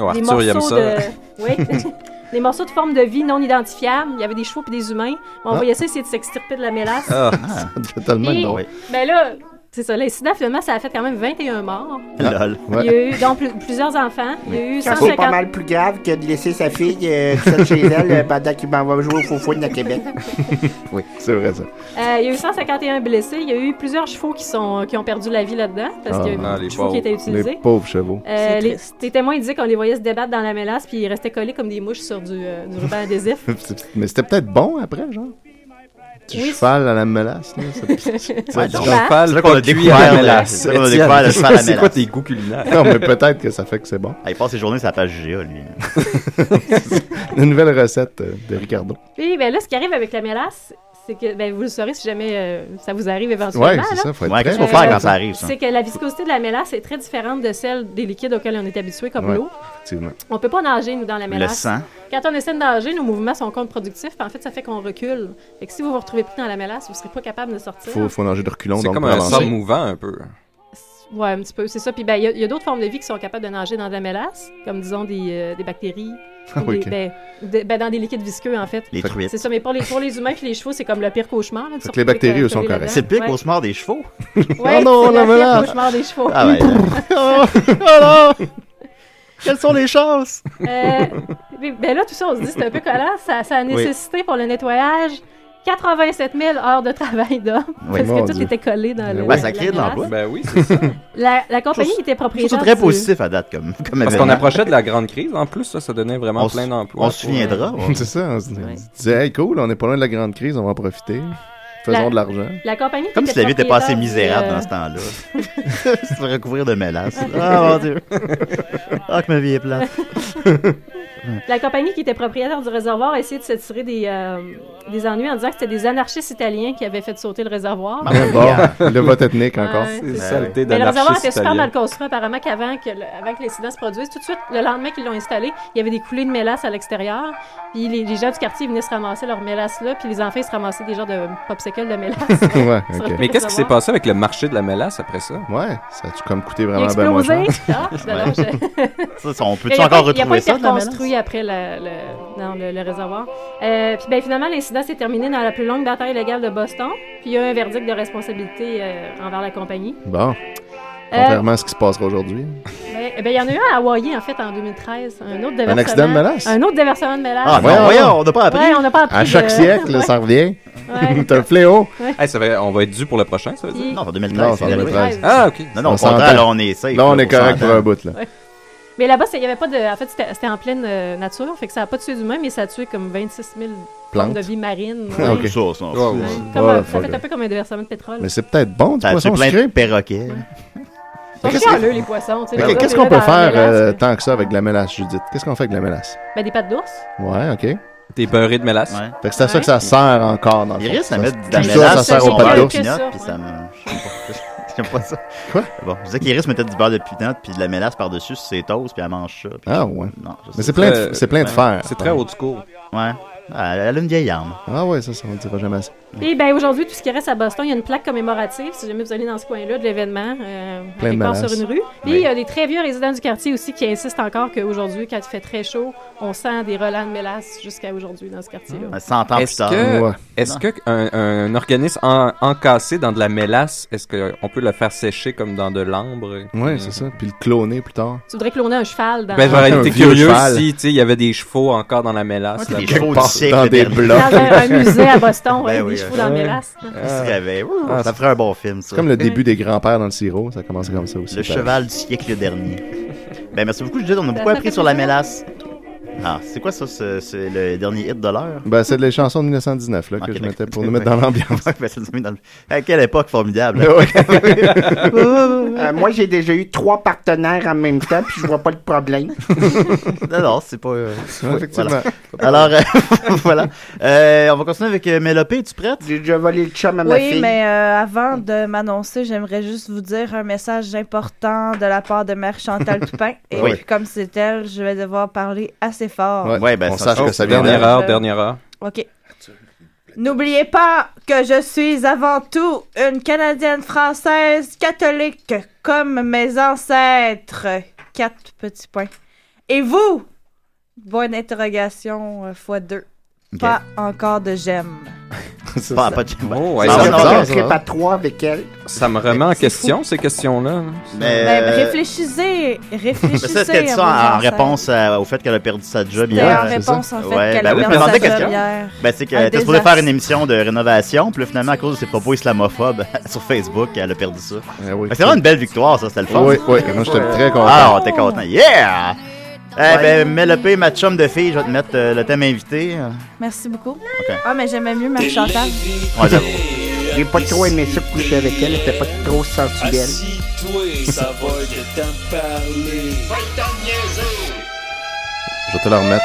S10: Oh,
S6: des
S10: Arthur, il aime
S6: morceaux
S10: ça.
S6: de, oui, des morceaux de forme de vie non identifiables. Il y avait des chevaux puis des humains. Mais on
S5: Ah.
S6: voyait ça essayer de s'extirper de la mélasse.
S8: Ah.
S5: Ça doit tellement être
S6: Et-
S5: drôle.
S6: Ben là, c'est ça. L'incident, finalement, ça a fait quand même 21 morts.
S5: Lol.
S6: Il y a eu donc plus- plusieurs enfants. Il y a eu
S9: Ça, c'est
S6: 150...
S9: pas mal plus grave que de laisser sa fille euh, seule chez elle euh, pendant qu'il m'en va jouer au faux de Québec.
S5: oui, c'est vrai, ça.
S6: Euh, il y a eu 151 blessés. Il y a eu plusieurs chevaux qui, sont, qui ont perdu la vie là-dedans parce qu'il y a eu
S5: Ah,
S6: beaucoup
S5: les
S6: de chevaux qui étaient utilisés.
S5: Les pauvres chevaux.
S6: Euh, les, les témoins ils disaient qu'on les voyait se débattre dans la mélasse puis ils restaient collés comme des mouches sur du, euh, du ruban adhésif.
S5: Mais c'était peut-être bon après, genre. Petit
S6: Oui,
S5: cheval à la mélasse, là. ça-
S6: Ouais,
S5: du
S6: donc,
S5: cheval
S4: c'est là
S5: pas
S4: qu'on a
S5: cuit
S4: découvert
S5: à la
S4: le-
S5: mélasse.
S4: c'est là qu'on a découvert le
S5: Étienne,
S4: cheval à la
S5: c'est quoi
S4: mélasse.
S5: tes goûts culinaires? Non, mais peut-être que ça fait que c'est bon.
S4: Ah, il passe ses journées sur la page GA, lui.
S5: Une nouvelle recette euh, de Ricardo.
S6: Puis ben là, ce qui arrive avec la mélasse, c'est que ben, vous le saurez si jamais euh, ça vous arrive éventuellement.
S5: Ouais, c'est
S6: là.
S5: ça, faut être Ouais, prêt. qu'est-ce qu'il faut
S6: Euh,
S5: faire quand ça arrive, ça?
S6: C'est que la viscosité de la mélasse est très différente de celle des liquides auxquels on est habitué, comme
S5: Ouais,
S6: l'eau.
S5: Effectivement.
S6: On peut pas nager, nous, dans la mélasse.
S5: sang.
S6: Quand on essaie de nager, nos mouvements sont contre-productifs. puis En fait, ça fait qu'on recule. Fait que si vous vous retrouvez pris dans la mélasse, vous serez pas capable de sortir.
S5: Faut, faut nager de reculons.
S10: C'est
S5: donc,
S10: comme
S5: pour
S10: un
S5: avancer.
S10: sable mouvant, un peu.
S6: Ouais, un petit peu, c'est ça. Puis ben, il y a- il y a, d'autres formes de vie qui sont capables de nager dans de la mélasse, comme disons des, euh, des bactéries,
S4: Ah
S6: ou
S4: oui,
S6: des-
S4: ok.
S6: ben, de- ben, dans des liquides visqueux en fait.
S4: Les truites.
S6: C'est ça, mais pour les, pour les humains puis les chevaux, c'est comme le pire cauchemar. là,
S4: que
S6: de se
S4: les
S6: retrouver
S4: bactéries,
S6: collé-
S4: eux, sont
S6: collé
S4: corrects.
S6: là-dedans.
S4: C'est le pire
S6: Ouais.
S4: cauchemar des chevaux.
S6: Ouais,
S4: oh non,
S6: c'est
S4: la
S6: le pire
S4: menace!
S6: cauchemar des chevaux.
S4: Ah ouais, là. oh, oh non! Quelles sont les chances?
S6: Euh, mais- ben là, tout ça, on se dit, c'est un peu collant. Ça, ça a
S4: Oui.
S6: nécessité pour le nettoyage 87 000 heures de travail d'homme.
S4: Oui,
S6: parce
S4: mon
S6: que tout
S4: Dieu.
S6: était collé dans le.
S4: Ouais, ça crée de
S6: la
S4: l'emploi.
S6: mélasse.
S10: Ben oui, c'est ça.
S6: La, la compagnie était
S10: Je trouve-
S4: Je trouve ça
S6: propriétaire.
S4: très
S6: du-
S4: positif à date comme, comme
S10: Parce
S4: événement.
S10: qu'on approchait de la grande crise. En plus, ça, ça donnait vraiment
S4: On s-
S10: plein euh, d'emplois.
S4: on se souviendra, ouais.
S5: C'est ça, on se on se disait, hey, cool, on n'est pas loin de la grande crise, on va en profiter. Faisons
S6: La-
S5: de l'argent.
S6: La compagnie
S4: Comme si la vie était pas assez
S6: passée
S4: misérable dans ce
S6: euh,
S4: temps-là. Se faire recouvrir de mélasse. Ah mon dieu. Ah que ma vie est plate.
S6: La compagnie qui était propriétaire du réservoir a essayé de se tirer des, euh, des ennuis en disant que c'était des anarchistes italiens qui avaient fait sauter le réservoir.
S5: bon, le vote ethnique encore.
S6: Ouais,
S10: C'est
S6: c'est ça. Ben,
S10: saleté
S6: Mais le réservoir
S10: d'anarchiste
S6: était super
S10: italien.
S6: mal construit, apparemment, qu'avant que le- avant que l'incident se produise, tout de suite, le lendemain qu'ils l'ont installé, il y avait des coulées de mélasse à l'extérieur. Puis les, les gens du quartier venaient se ramasser leur mélasse là, puis les enfants ils se ramassaient des genres de popsicles de mélasse. Sur le
S10: Mais qu'est-ce qui s'est
S6: réservoir.
S10: passé avec le marché de la mélasse après ça?
S5: Ouais, ça a-tu comme coûté
S6: Il a
S5: vraiment ben moins
S6: explosé.
S5: cher?
S6: Ah, dommage.
S5: Ça, ça, on peut-tu
S6: Mais il a
S5: encore
S6: pas-
S5: retrouver ça, de
S6: Il
S5: la
S6: n'a pas
S5: mélasse?
S6: été reconstruit après la- le, dans le, le réservoir. Euh, puis ben, finalement, l'incident s'est terminé dans la plus longue bataille légale de Boston. Puis il y a eu un verdict de responsabilité euh, envers la compagnie.
S5: Bon. Contrairement à ce qui se passera aujourd'hui.
S6: Ben, eh ben, il y en a eu un à Hawaii, en fait, en 2013. Un autre déversement.
S5: accident de mélasse?
S6: Un autre déversement de mélasse.
S5: Ah, non,
S6: Ouais.
S5: voyons, on n'a pas
S10: appris.
S6: Ouais, on n'a pas appris.
S5: À chaque
S6: de-
S5: siècle,
S6: euh, Ouais.
S5: ça revient.
S6: Ouais.
S5: C'est un fléau.
S6: Ouais.
S10: Hey, ça va- on va être dû pour le prochain, ça veut dire?
S6: Puis-
S4: Non, en 2013,
S5: Non, c'est en
S4: c'est
S5: 2013.
S10: Ah, ok.
S4: Non, non,
S5: On
S4: on s'entend,
S5: s'entend.
S4: là, on est safe.
S5: Là, on est correct
S4: s'entend.
S5: pour un bout, là.
S6: Ouais. Mais là-bas, c'est- il n'y avait pas de. En fait, c'était c'était en pleine euh, nature. Fait que ça n'a pas tué d'humains, mais ça a tué comme 26 000
S5: Plantes.
S6: formes de vie marine.
S4: Ouais,
S6: ouais.
S4: ok. Ça, ça, on s'en
S6: Ah, Ouais,
S4: fout.
S6: ouais.
S4: Ouais,
S6: Comme un-
S4: ouais,
S6: ça fait
S4: ouais.
S6: un peu comme un déversement de pétrole.
S5: Mais c'est peut-être bon, du
S4: Ça a tué
S5: poisson
S4: plein
S5: sucré.
S4: de perroquets.
S6: Ils
S5: Mais
S6: sont
S5: qu'est-ce
S6: chialeux,
S5: que-
S6: les poissons. tu sais,
S5: Mais
S6: les gars,
S5: Qu'est-ce
S6: t'es
S5: qu'on
S6: là
S5: peut
S6: dans la
S5: faire
S6: mélasse,
S5: euh,
S6: mais-
S5: tant que ça avec de la mélasse, Judith? Qu'est-ce qu'on fait avec de la mélasse?
S6: Ben, des pattes d'ours.
S5: Ouais, OK.
S10: Des beurrés de mélasse.
S5: Fait que c'est à ça que ça sert encore. Dans le
S4: Il
S5: fond.
S4: risque de
S5: Ça-
S4: mettre de la
S5: tout ça,
S4: mélasse
S5: Ça sert
S4: sur
S5: au
S4: son beurre
S5: plat
S4: de
S5: d'eau.
S4: pinot,
S6: ça,
S4: puis
S6: ouais.
S4: ça me. je sais pas. J'aime pas ça. Quoi? Bon, je disais qu'il risque de mettre du beurre de pinot puis de la mélasse par-dessus sur ses toasts, puis elle mange ça. puis-
S5: Ah, ouais.
S4: Non, je sais
S5: Mais c'est
S4: pas.
S5: plein
S4: Euh,
S5: de- c'est plein de
S4: ouais.
S5: fer.
S10: C'est très haut du cours.
S4: Ouais. Ah, Elle a une vieille arme.
S5: Ah, ouais, ça, ça, on le dira jamais ça.
S6: Et ben aujourd'hui, tout ce qui reste à Boston, il y a une plaque commémorative, si jamais vous allez dans ce coin-là, de l'événement, euh,
S5: Plein de
S6: quelque part
S5: menaces.
S6: sur une rue. Puis il y a des très vieux résidents du quartier aussi qui insistent encore qu'aujourd'hui, quand il fait très chaud, on sent des relents de mélasse jusqu'à aujourd'hui dans ce quartier-là.
S4: Ah, 100 ans plus
S10: Est-ce
S4: tard.
S10: que,
S4: Ouais.
S10: est-ce
S4: Non.
S10: que un, un organisme en- encassé dans de la mélasse, est-ce qu'on peut le faire sécher comme dans de l'ambre? Euh,
S5: Ouais, c'est ça. Puis le cloner plus tard.
S6: Tu voudrais cloner un cheval dans
S10: Ben, j'aurais
S5: Un
S10: été
S5: vieux
S10: curieux
S5: cheval.
S10: si, tu sais, il y avait des chevaux encore dans la mélasse.
S4: Ouais, des
S10: là-bas.
S4: chevaux du siècle
S5: dans des
S4: dernier.
S5: blocs.
S6: dans un, un musée à Boston, ouais,
S4: Ben oui,
S6: des chevaux
S4: euh,
S6: dans le
S4: ouais.
S6: mélasse.
S4: Il se réveille. Ouh,
S5: Ah,
S4: Ça ferait un bon film, ça.
S5: C'est comme le début des grands-pères dans le sirop. Ça commence comme ça aussi.
S4: Le
S5: pareil.
S4: cheval du siècle dernier. ben, merci beaucoup, Judith. On a beaucoup
S6: ça
S4: appris
S6: fait
S4: sur la
S6: plaisir.
S4: mélasse. Ah, c'est quoi ça? ce- C'est le dernier hit de l'heure?
S5: Ben, c'est les chansons de 1919 là, que je mettais pour nous mettre dans l'ambiance.
S4: Ouais, ben, ça nous met dans le- Ah, quelle époque formidable! hein?
S9: Euh, moi, j'ai déjà eu trois partenaires en même temps, puis je vois pas le problème.
S4: non, non, c'est pas. euh,
S5: Ouais, effectivement.
S4: voilà. Alors, euh, voilà. Euh, on va continuer avec euh, Mélopée. Es-tu prête?
S9: J'ai déjà volé le chum
S4: Ah,
S9: à ma
S11: Oui,
S9: fille.
S11: mais euh, avant de m'annoncer, j'aimerais juste vous dire un message important de la part de Mère Chantal Toupin. Et
S4: Oui.
S11: puis, comme c'est elle, je vais devoir parler assez fort.
S5: Ouais,
S4: Ouais, ben,
S5: on
S4: ça-
S5: sache que ça vient
S10: dernière
S5: d'elle.
S10: heure, dernière heure.
S11: OK. N'oubliez pas que je suis avant tout une Canadienne française catholique comme mes ancêtres. Quatre petits points. Et vous? Bonne interrogation euh, fois deux.
S4: Ok.
S11: Pas encore de j'aime.
S5: C'est
S4: Pas,
S5: ça.
S4: pas de chum.
S10: Oh, ouais,
S9: Je
S5: Ah,
S10: ça,
S5: c'est bizarre,
S9: ne
S5: ça,
S9: serais
S5: hein?
S9: pas trois avec elle.
S10: ça me remet en question, ces questions-là.
S4: Mais,
S11: Ben,
S4: euh,
S11: réfléchissez,
S4: mais
S11: réfléchissez.
S4: ça, est-ce qu'elle dit
S11: à
S4: ça
S11: vos
S4: en, en
S11: ancêtres.
S4: réponse à- Ah, au fait qu'elle a perdu sa job
S11: C'était
S4: hier?
S11: en
S4: c'est
S11: réponse,
S4: ça?
S11: en fait,
S4: Ouais,
S11: qu'elle
S4: ben
S11: a
S4: oui, je me
S11: perdu
S4: demandais
S11: sa
S4: qu'est-ce
S11: job
S4: qu'il y a.
S11: hier.
S4: Ben, c'est
S11: Un
S4: qu'elle était supposée
S11: désastre.
S4: faire une émission de rénovation, puis là, finalement, à cause de ses propos islamophobes sur Facebook, elle a perdu ça.
S5: Ah oui.
S4: Ben, c'est vraiment une belle victoire, ça, c'était le fun.
S5: Oui, oui, moi j'étais très content.
S4: Ah, on était content. Yeah! Eh ben, Mélopé, ma chum de fille, je vais te mettre euh, le thème invité.
S11: Merci beaucoup. Ah, mais j'aimais mieux Mère Chantal.
S4: Ouais, j'avoue.
S9: J'ai pas trop aimé ça coucher avec elle, elle était pas trop sensuelle.
S2: Assis-toi, ça va de t'en parler. Va t'en niaiser!
S5: Je vais te le remettre.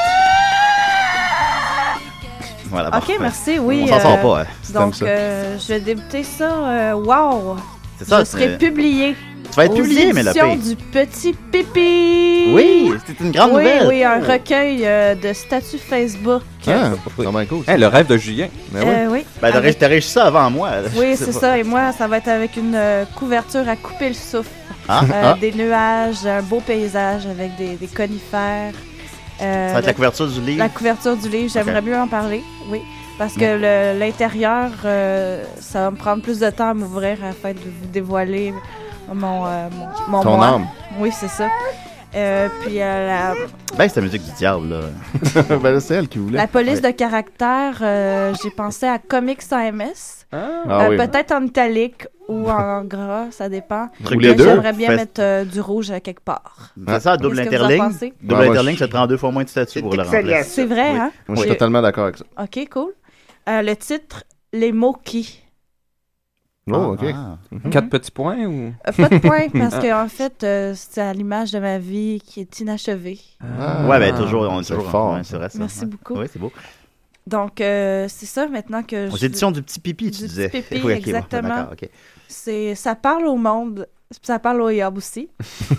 S4: Voilà,
S11: Ok,
S4: parfait.
S11: merci, oui. euh,
S4: On s'en sort pas, hein, si
S11: Donc,
S5: t'aimes ça.
S11: euh, je vais débuter ça. euh, wow!
S4: C'est ça,
S11: Je serai
S4: c'est-
S11: publié.
S4: Tu vas être
S11: aux
S4: publié, Mélopé.
S11: éditions du Petit Pipi.
S4: Oui, c'est une grande
S11: oui,
S4: nouvelle.
S11: Oui, un recueil euh, de statuts Facebook.
S5: Ah, c'est vraiment cool. ça.
S10: Hey, le rêve de Julien.
S5: Mais oui.
S11: Euh, oui.
S4: Ben, t'as
S11: Avec-
S4: ré- t'as réussi ça avant moi.
S11: Oui, c'est ça. Et moi, ça va être avec une euh, couverture à euh, couper le souffle.
S4: Ah,
S11: Euh,
S4: ah.
S11: Des nuages, un beau paysage avec des, des conifères. euh,
S4: Ça va être
S11: le-
S4: la couverture du livre.
S11: La couverture du livre, j'aimerais
S4: Ok. Mm.
S11: mieux en parler, oui. Parce que le- l'intérieur, euh, ça va me prendre plus de temps à m'ouvrir afin de vous dévoiler mon, euh, mon, mon
S4: Ton
S11: moi.
S4: âme.
S11: Oui, c'est ça. Euh, puis euh, la,
S4: Ben, c'est la musique du diable, là. ben, c'est elle qui voulait.
S11: la police de caractère, euh, j'ai pensé à Comics sans MS.
S4: Ah oui.
S11: Euh, Peut-être en italique ou en gras, ça dépend.
S4: Truc
S11: Ou
S4: les deux.
S11: J'aimerais bien
S4: Fait-
S11: mettre euh, du rouge à quelque part.
S4: C'est ça, double
S11: Qu'est-ce que vous en
S4: interligne.
S11: pensez?
S4: Double
S5: Ah, moi,
S4: interligne,
S5: je-
S4: ça te prend deux fois moins de statut pour le remplacer.
S11: C'est vrai, hein?
S5: Moi, je suis
S11: Et-
S5: totalement d'accord avec ça.
S11: OK, cool. Euh, le titre, Les mots qui.
S4: Ah,
S5: Oh, ok.
S10: Mm-hmm. Quatre petits points ou.
S11: Euh, Pas de point, parce que en fait, euh, c'est à l'image de ma vie qui est inachevée.
S4: Ouais, ben, toujours, on est
S5: Ah, C'est
S4: toujours
S5: fort. hein.
S4: ouais, c'est vrai, ça.
S11: Merci beaucoup.
S4: Oui, c'est beau.
S11: Donc, euh, c'est ça maintenant que.
S4: Aux
S11: je-
S4: éditions du Petit Pipi, tu
S11: Du
S4: disais.
S11: Petit
S4: Oui, ok,
S11: Pipi,
S4: bon,
S11: exactement.
S4: d'accord, ok.
S11: C'est, ça parle au monde, ça parle au Yob aussi.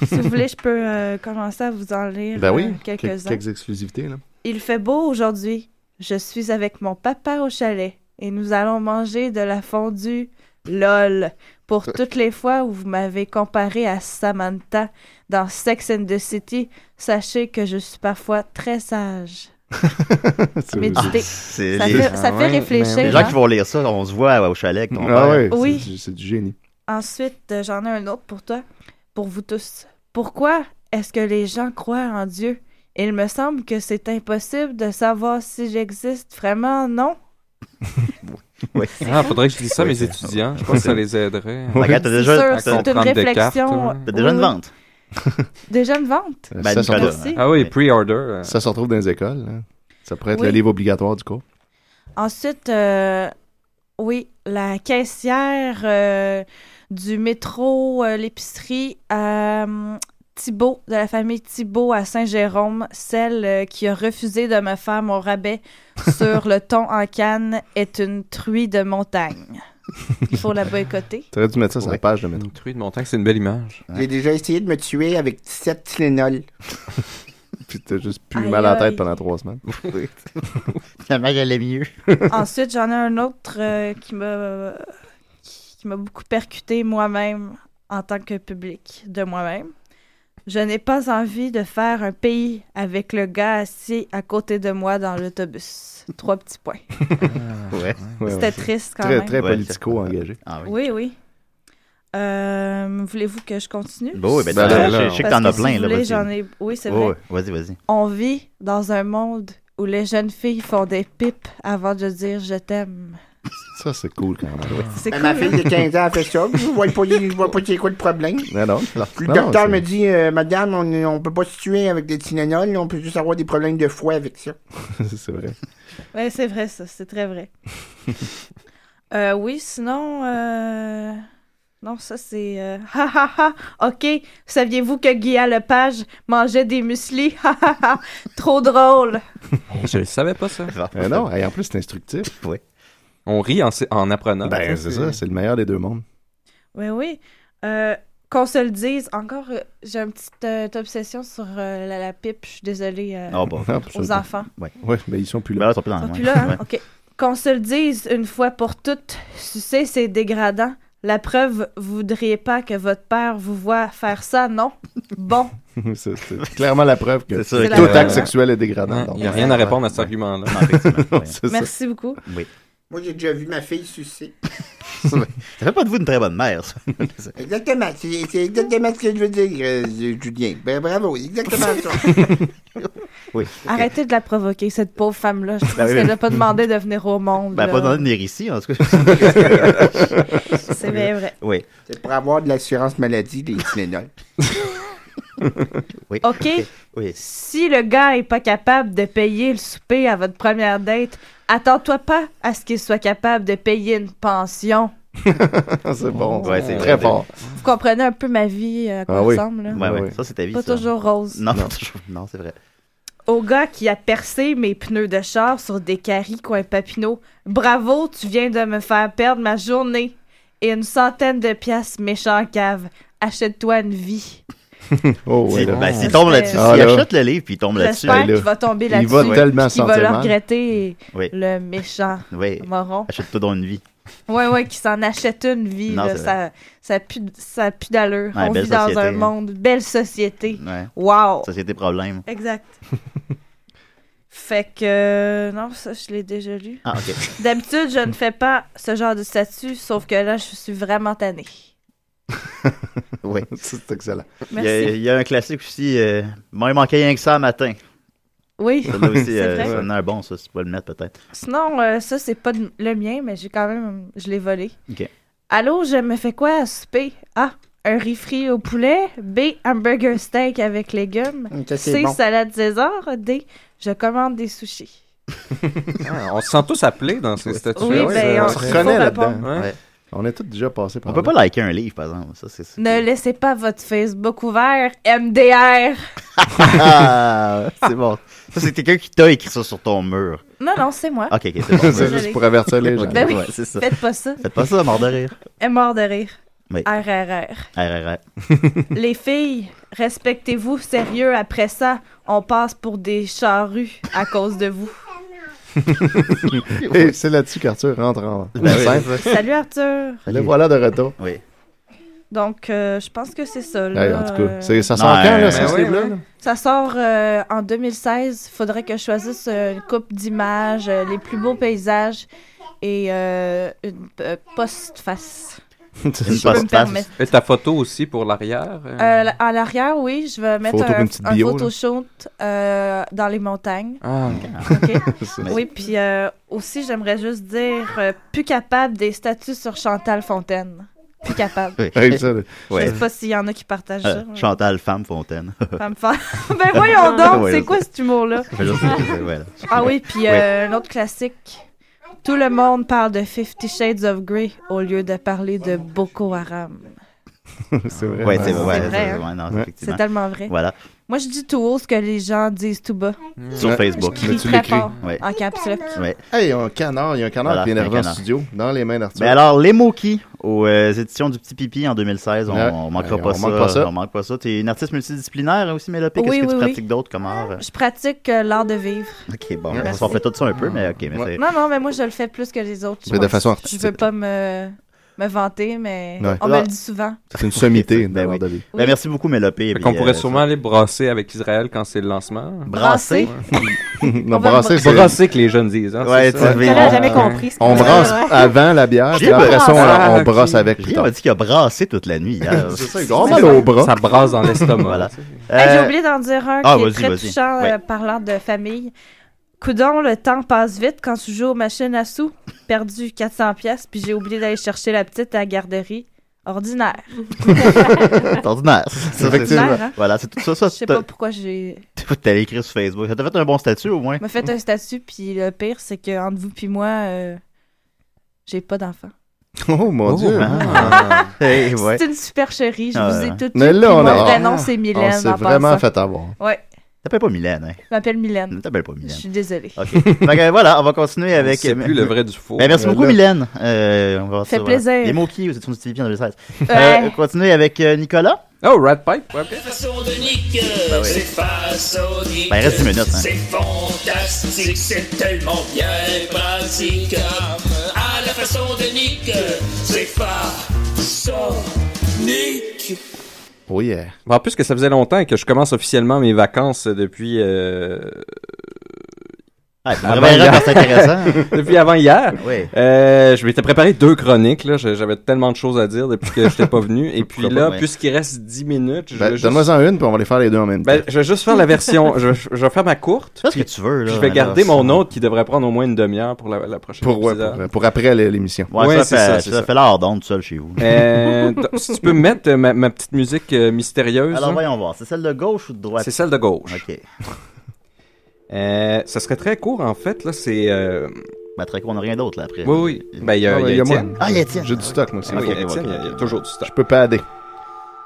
S11: si vous voulez, je peux euh, commencer à vous en lire
S5: Ben oui,
S11: euh,
S5: quelques,
S11: quelques-uns.
S5: quelques exclusivités. Là.
S11: Il fait beau aujourd'hui. Je suis avec mon papa au chalet et nous allons manger de la fondue. LOL. Pour toutes les fois où vous m'avez comparé à Samantha dans Sex and the City, sachez que je suis parfois très sage. Ah, Méditez.
S4: C'est
S11: ça
S4: les-
S11: fait,
S5: Ah,
S11: ça fait réfléchir.
S4: Les gens
S11: hein.
S4: qui vont lire ça, on se voit ouais, au chalet avec ton
S11: Ah
S4: père.
S11: ouais, Oui. c'est
S4: c'est du génie.
S11: Ensuite, euh, j'en ai un autre pour toi, pour vous tous. Pourquoi est-ce que les gens croient en Dieu? Il me semble que c'est impossible de savoir si j'existe vraiment, non?
S4: Oui.
S10: Ah, faudrait que je dise ça à mes
S4: Oui,
S10: étudiants. Je pense que ça les aiderait.
S4: Regarde, t'as déjà,
S11: sûr, c'est une réflexion.
S4: T'as déjà une
S11: Oui, oui.
S4: vente.
S11: Déjà une vente?
S4: Ben,
S11: Nicolas. Merci.
S10: Ah oui, pre-order.
S5: Ça se retrouve dans les écoles. hein. Ça pourrait être
S11: Oui.
S5: le livre obligatoire du cours.
S11: Ensuite, euh, oui, la caissière euh, du métro, euh, l'épicerie euh, Thibault, de la famille Thibault à Saint-Jérôme, celle euh, qui a refusé de me faire mon rabais sur le thon en canne, est une truie de montagne. Il faut la boycotter.
S5: T'aurais dû mettre ça sur la page de métro.
S10: Truie de montagne, c'est une belle image.
S9: J'ai déjà essayé de me tuer avec 17 Tylenol.
S5: Puis t'as juste plus
S11: Aïe,
S5: mal à la
S11: aïe.
S5: tête pendant trois semaines.
S4: Finalement, j'allais mieux.
S11: Ensuite, j'en ai un autre euh, qui m'a qui, qui m'a beaucoup percuté moi-même en tant que public de moi-même. Je n'ai pas envie de faire un pays avec le gars assis à côté de moi dans l'autobus. Trois petits points.
S4: ouais.
S11: C'était triste quand
S5: Ah, très,
S11: même.
S5: Très
S11: Ouais,
S5: politico-engagé.
S4: Ah
S11: Oui, oui. Euh, Voulez-vous que je continue?
S4: Bon, oui, ben,
S5: Ben
S4: t'en-
S5: là,
S4: je je sais que
S11: Parce
S4: t'en as
S11: que si
S4: plein,
S11: vous
S4: là.
S11: voulez,
S4: vas-y.
S11: j'en ai- oui, c'est
S4: Ouais,
S11: vrai.
S4: ouais, Vas-y, vas-y.
S11: On vit dans un monde où les jeunes filles font des pipes avant de dire je t'aime.
S5: Ça, c'est cool quand même.
S11: C'est
S9: Ben, ma
S11: cool, hein?
S9: fille de 15 ans a fait ça. Je vois pas, je vois pas qu'il y ait quoi de problème.
S5: Non, non.
S9: Puis le docteur me dit, euh, madame, on ne peut pas se tuer avec des Tylenol, on peut juste avoir des problèmes de foie avec ça.
S5: c'est vrai.
S11: Oui, c'est vrai, ça. C'est très vrai. Euh, oui, sinon. euh, Non, ça, c'est. euh, Ha ha ha! OK. Saviez-vous que Guilla Lepage mangeait des muesli? Ha ha ha! Trop drôle!
S10: Je ne savais pas ça.
S5: Euh, non, et en plus, c'est instructif.
S4: Oui.
S10: On rit en, en apprenant.
S5: Ben, c'est ça, c'est le meilleur des deux mondes.
S11: Oui, Ben oui. Euh, Qu'on se le dise. Encore, euh, j'ai une petite euh, obsession sur euh, la, la pipe. Je suis désolée euh,
S4: Ah, bon.
S11: aux enfants.
S4: Ouais.
S5: Ouais, mais ils sont plus là.
S4: Ben là, ils sont plus dans
S11: Ils
S4: le moins.
S11: sont plus là, hein?
S4: Ouais.
S11: OK. Qu'on se le dise une fois pour toutes, sucer, c'est dégradant. La preuve, vous voudriez pas que votre père vous voit faire ça, non? Bon.
S5: Ça, c'est clairement la preuve que
S4: C'est ça,
S5: tout
S4: que-
S5: acte sexuel est dégradant.
S10: Hein? Il
S5: donc.
S10: n'y a rien à répondre à cet argument-là.
S4: effectivement, ouais.
S5: C'est ça.
S11: Merci beaucoup.
S4: Oui.
S9: Moi, j'ai déjà vu ma fille sucer.
S4: Ça fait pas de vous une très bonne mère, ça.
S9: Exactement. C'est c'est exactement ce que je veux dire, euh, Julien. Ben, bravo, exactement ça.
S4: Oui.
S11: Arrêtez de la provoquer, cette pauvre femme-là. Je pense
S4: Ben oui,
S11: qu'elle
S4: mais-
S11: n'a pas demandé de venir au monde.
S4: Ben,
S11: là.
S4: pas dans de venir ici, en tout cas.
S11: euh, C'est bien vrai.
S4: Oui.
S9: C'est pour avoir de l'assurance maladie, les Tylenol.
S4: oui.
S11: OK.
S4: Oui.
S11: Si le gars est pas capable de payer le souper à votre première date, attends-toi pas à ce qu'il soit capable de payer une pension.
S5: c'est bon.
S4: Ouais, c'est
S5: très
S4: vrai.
S5: fort.
S11: Vous comprenez un peu ma vie, euh, à quoi
S4: Ah oui.
S11: ressemble, là?
S4: Ouais, ouais. Ça, c'est ta vie.
S11: Pas
S4: ça.
S11: toujours rose.
S4: Non, pas toujours. Non, c'est vrai.
S11: Au gars qui a percé mes pneus de char sur des caries coin papineau, bravo, tu viens de me faire perdre ma journée. Et une centaine de piastres, méchant cave. Achète-toi une vie.
S5: Oh,
S4: Si-
S5: ouais, là.
S4: ben, s'il tombe là-dessus,
S5: Ah,
S4: s'il
S5: là.
S4: achète le livre puis il tombe là-dessus.
S11: J'espère qu'il va tomber là-dessus.
S4: Il va
S11: puis
S4: tellement
S11: qu'il
S4: sentir
S11: va le
S4: mal.
S11: regretter,
S4: Oui.
S11: le méchant
S4: Oui.
S11: moron.
S4: Achète-toi dans une vie.
S11: Ouais, ouais, qui s'en achète une vie.
S4: Non,
S11: là,
S4: c'est
S11: ça, ça a plus, ça a plus d'allure.
S4: Ouais,
S11: On
S4: belle
S11: vit dans
S4: société,
S11: un
S4: hein.
S11: monde, belle société.
S4: Ouais.
S11: Wow!
S4: Société problème.
S11: Exact. fait que. euh, non, ça, je l'ai déjà lu.
S4: Ah, ok.
S11: D'habitude, je ne fais pas ce genre de statut, sauf que là, je suis vraiment tannée.
S4: Oui.
S5: c'est excellent.
S4: Il y, a,
S11: Merci.
S4: il y a un classique aussi. Euh, moi, il manquait rien que ça à matin.
S11: Oui,
S4: Celui-là aussi,
S11: c'est
S4: euh,
S11: vrai.
S4: ça en est un bon, ça, si tu peux le mettre peut-être.
S11: Sinon, euh, ça, c'est pas de- le mien, mais j'ai quand même. Je l'ai volé.
S4: OK.
S11: Allô, je me fais quoi à souper? A. Un riz frit au poulet. B. Hamburger steak avec légumes.
S10: Mm, ça, c'est
S11: C.
S10: bon.
S11: Salade César. D. Je commande des sushis.
S10: Ah, on se sent tous appelés dans ces statuts.
S11: Oui, ben,
S4: on
S5: se reconnaît là-dedans.
S10: Ouais.
S4: Ouais.
S5: On est tous déjà passés par
S4: On peut pas liker un livre, par exemple. Ça, c'est ça.
S11: Ne laissez pas votre Facebook ouvert. MDR.
S4: Ah, c'est bon. Ça, c'est quelqu'un qui t'a écrit ça sur ton mur.
S11: Non, non, c'est moi.
S4: Ok, ok, c'est bon.
S11: C'est juste pour
S5: avertir les gens.
S11: Ben oui,
S4: Ouais, c'est ça.
S11: faites pas ça.
S4: Faites pas ça, mort de rire.
S11: Est mort de rire.
S4: Oui.
S11: RRR.
S4: RRR.
S11: Les filles, respectez-vous sérieux après ça. On passe pour des charrues à cause de vous.
S5: Et c'est là-dessus qu'Arthur rentre en
S4: Ben oui,
S5: scène.
S4: c'est ça.
S11: Salut Arthur.
S5: Le voilà de retour.
S4: Oui.
S11: Donc, euh, je pense que c'est ça. là.
S5: Hey, en tout cas, c'est- ça sent
S4: Non,
S5: quand, là,
S4: euh,
S5: ça, ce
S4: ouais,
S5: livre-là?
S4: ouais.
S5: là?
S11: Ça sort euh, en 2016. Faudrait que je choisisse euh, une coupe d'images, euh, les plus beaux paysages et euh, une euh, postface.
S4: Une
S11: peux me permettre.
S10: Et ta photo aussi pour l'arrière. euh?
S11: Euh, la- à l'arrière, oui, je vais mettre
S10: Photo
S11: un,
S10: comme
S11: un
S10: une petite bio,
S11: photo
S10: là.
S11: shoot euh, dans les montagnes.
S10: Ah.
S11: OK.
S10: C'est-
S11: oui, puis euh, aussi, j'aimerais juste dire euh, plus capable des statues sur Chantal Fontaine. Plus capable.
S4: Oui.
S5: Hey, ça, là.
S11: Je
S4: Ouais.
S11: sais pas s'il y en a qui partagent
S4: Euh,
S11: ça. mais-
S4: Chantal Femme Fontaine.
S11: Ça me fait- ben voyons donc,
S4: Ouais,
S11: c'est
S4: je
S11: quoi
S4: sais.
S11: cet humour-là?
S4: Je sais, c'est- ouais, là.
S11: ah oui, puis
S4: Ouais.
S11: euh, un autre classique. Tout le monde parle de Fifty Shades of Grey au lieu de parler de Boko Haram.
S5: c'est vrai.
S4: Ouais, c'est vrai.
S11: C'est vrai,
S4: ouais,
S11: hein?
S4: non,
S5: Ouais.
S4: effectivement.
S11: C'est tellement vrai.
S4: Voilà.
S11: Moi, je dis tout haut ce que les gens disent tout bas.
S4: Sur
S5: Ouais.
S4: Facebook.
S5: Je crie Mais tu
S11: très fort,
S4: Ouais.
S11: en caps lock.
S4: Ouais.
S5: Hey, un canard, il y a un canard
S4: Voilà,
S5: qui
S4: un
S5: vient d'arriver en
S4: canard.
S5: studio, dans les mains d'Arthur.
S4: Mais Ben alors, les Moki, aux euh, éditions du Petit Pipi en 2016, on,
S5: Ouais.
S4: on manquera
S5: Ouais,
S4: pas,
S5: on
S4: ça,
S5: manque pas ça.
S4: On manque pas ça. T'es une artiste multidisciplinaire aussi, Mélopé. Qu'est-ce
S11: Oui,
S4: que
S11: oui,
S4: tu
S11: oui. Ah,
S4: pratiques d'autre comme art?
S11: Je pratique euh, l'art de vivre.
S4: Ok, bon,
S11: Merci.
S4: on s'en fait tout ça un peu, mais ok, mais c'est.
S11: Non, non, mais moi, je le fais plus que les autres. je
S4: Mais de
S11: pense.
S4: façon
S11: Je veux
S4: artistique.
S11: pas me, me vanter, mais
S4: Ouais.
S11: on me
S4: Alors-
S11: le dit souvent.
S5: C'est une
S4: Ben
S5: sommité
S4: oui.
S5: d'avoir de vie.
S4: Ben, merci beaucoup, euh, Mélopé.
S10: Fait qu'on pourrait sûrement aller brasser avec Israël quand c'est le lancement.
S4: Brasser?
S5: non,
S10: On va
S5: brasser,
S10: brasser.
S5: c'est-
S10: Brasser que les jeunes disent. Hein,
S4: Ouais,
S10: c'est
S4: tu
S10: ça.
S4: devais- Nicolas a jamais
S6: compris ce que
S5: On
S6: c'était.
S5: brasse
S6: Ouais.
S5: avant la bière, puis
S4: J'ai
S5: après ça,
S4: brassé.
S5: on, on
S4: Ah,
S5: brosse avec plus
S4: On
S5: tard.
S4: m'a dit qu'il a brassé toute la nuit hein. hier.
S5: C'est ça, il a mal au bras.
S10: Ça brasse dans l'estomac.
S4: Voilà.
S11: Hey,
S4: Euh,
S11: J'ai oublié d'en dire un
S4: ah,
S11: qui est
S4: vas-y,
S11: très
S4: vas-y.
S11: touchant
S4: Ouais.
S11: euh, parlant de famille. Coudon, le temps passe vite quand tu joues aux machines à sous. Perdu 400 pièces, puis j'ai oublié d'aller chercher la petite à la garderie. Ordinaire.
S4: C'est ordinaire. C'est
S11: Effectivement.
S4: effectivement. Voilà, c'est tout ça. ça
S11: hein. Je sais
S4: t'as-
S11: pas pourquoi j'ai...
S4: T'as écrit sur Facebook. Ça t'a fait un bon statut au moins.
S11: m'a fait un statut, puis le pire, c'est que entre vous puis moi, euh, j'ai pas d'enfant.
S5: Oh mon
S4: Oh,
S5: dieu.
S4: ah. Hey, ouais.
S11: C'est une supercherie, je
S4: Ah,
S11: vous ai
S4: ouais.
S11: tout dit.
S5: Mais là,
S11: puis
S5: on
S11: mon
S5: a-
S11: vrai
S5: Ah.
S11: nom, c'est Mylène.
S5: On s'est
S11: en
S5: vraiment
S11: passant.
S5: fait avoir.
S11: Ouais,
S4: T'appelles pas Mylène, hein?
S11: je m'appelle Mylène.
S4: Ne t'appelles pas
S11: Je
S4: Mylène.
S11: suis désolée.
S4: OK. fait que, voilà, on va continuer avec.
S10: sait plus le vrai du faux.
S4: Ben, merci
S10: Euh,
S4: beaucoup,
S10: là.
S4: Mylène. Euh, on va voir
S11: Fait
S4: ça, voilà.
S11: plaisir.
S4: Les mots qui, aux études du TV en 2016.
S11: Ouais.
S4: Euh, on continue avec euh, Nicolas.
S10: Oh, Rat Pipe.
S2: La façon de Nick, c'est façonnique.
S4: Bah Ben, il reste dix minutes, hein.
S2: C'est fantastique, c'est tellement bien pratique. À la façon de Nick, c'est façonnique.
S5: Oh yeah.
S10: Bon, En plus que ça faisait longtemps que je commence officiellement mes vacances depuis. Euh...
S4: c'est vraiment
S10: avant-hier.
S4: rare, c'est intéressant.
S10: depuis avant hier.
S4: Oui.
S10: Euh, je m'étais préparé deux chroniques. là. Je- J'avais tellement de choses à dire depuis que j'étais pas venu. Et puis
S5: Pourquoi
S10: là,
S5: pas, ouais.
S10: puisqu'il reste 10 minutes, je
S5: Ben,
S10: vais juste-
S5: Donne-moi-en une, puis on va les faire les deux en même temps.
S10: Ben, je vais juste faire la version. je, vais- je vais faire ma courte.
S4: Fais ce que tu veux, là.
S10: Puis je vais
S4: Alors,
S10: garder
S4: c'est-
S10: mon autre qui devrait prendre au moins une demi-heure pour la, la prochaine.
S5: pour, ouais,
S10: épisode.
S5: pour, pour après l'é- l'émission.
S4: Ouais,
S10: Ouais,
S4: ça,
S10: c'est
S4: fait,
S10: ça,
S4: ça,
S10: c'est ça.
S4: fait l'art d'onde seul chez vous.
S10: Euh, donc, si tu peux me mettre euh, ma, ma petite musique euh, mystérieuse.
S4: Alors,
S10: hein.
S4: voyons voir. C'est celle de gauche ou de droite?
S10: C'est celle de gauche.
S4: OK.
S10: Euh, ça serait très court en fait. Là, c'est. euh,
S4: Ben, très cool, on n'a rien d'autre, là, après.
S10: Oui, oui. Ben, il y a,
S5: Ah,
S10: il
S5: ben,
S10: y a
S5: il y a moi.
S10: Étienne.
S4: Ah, il y a Étienne.
S5: J'ai du stock, moi aussi.
S10: Ah oui,
S5: Ok, ok.
S10: Étienne, il y a- il y a toujours du stock.
S5: Je peux pas aider.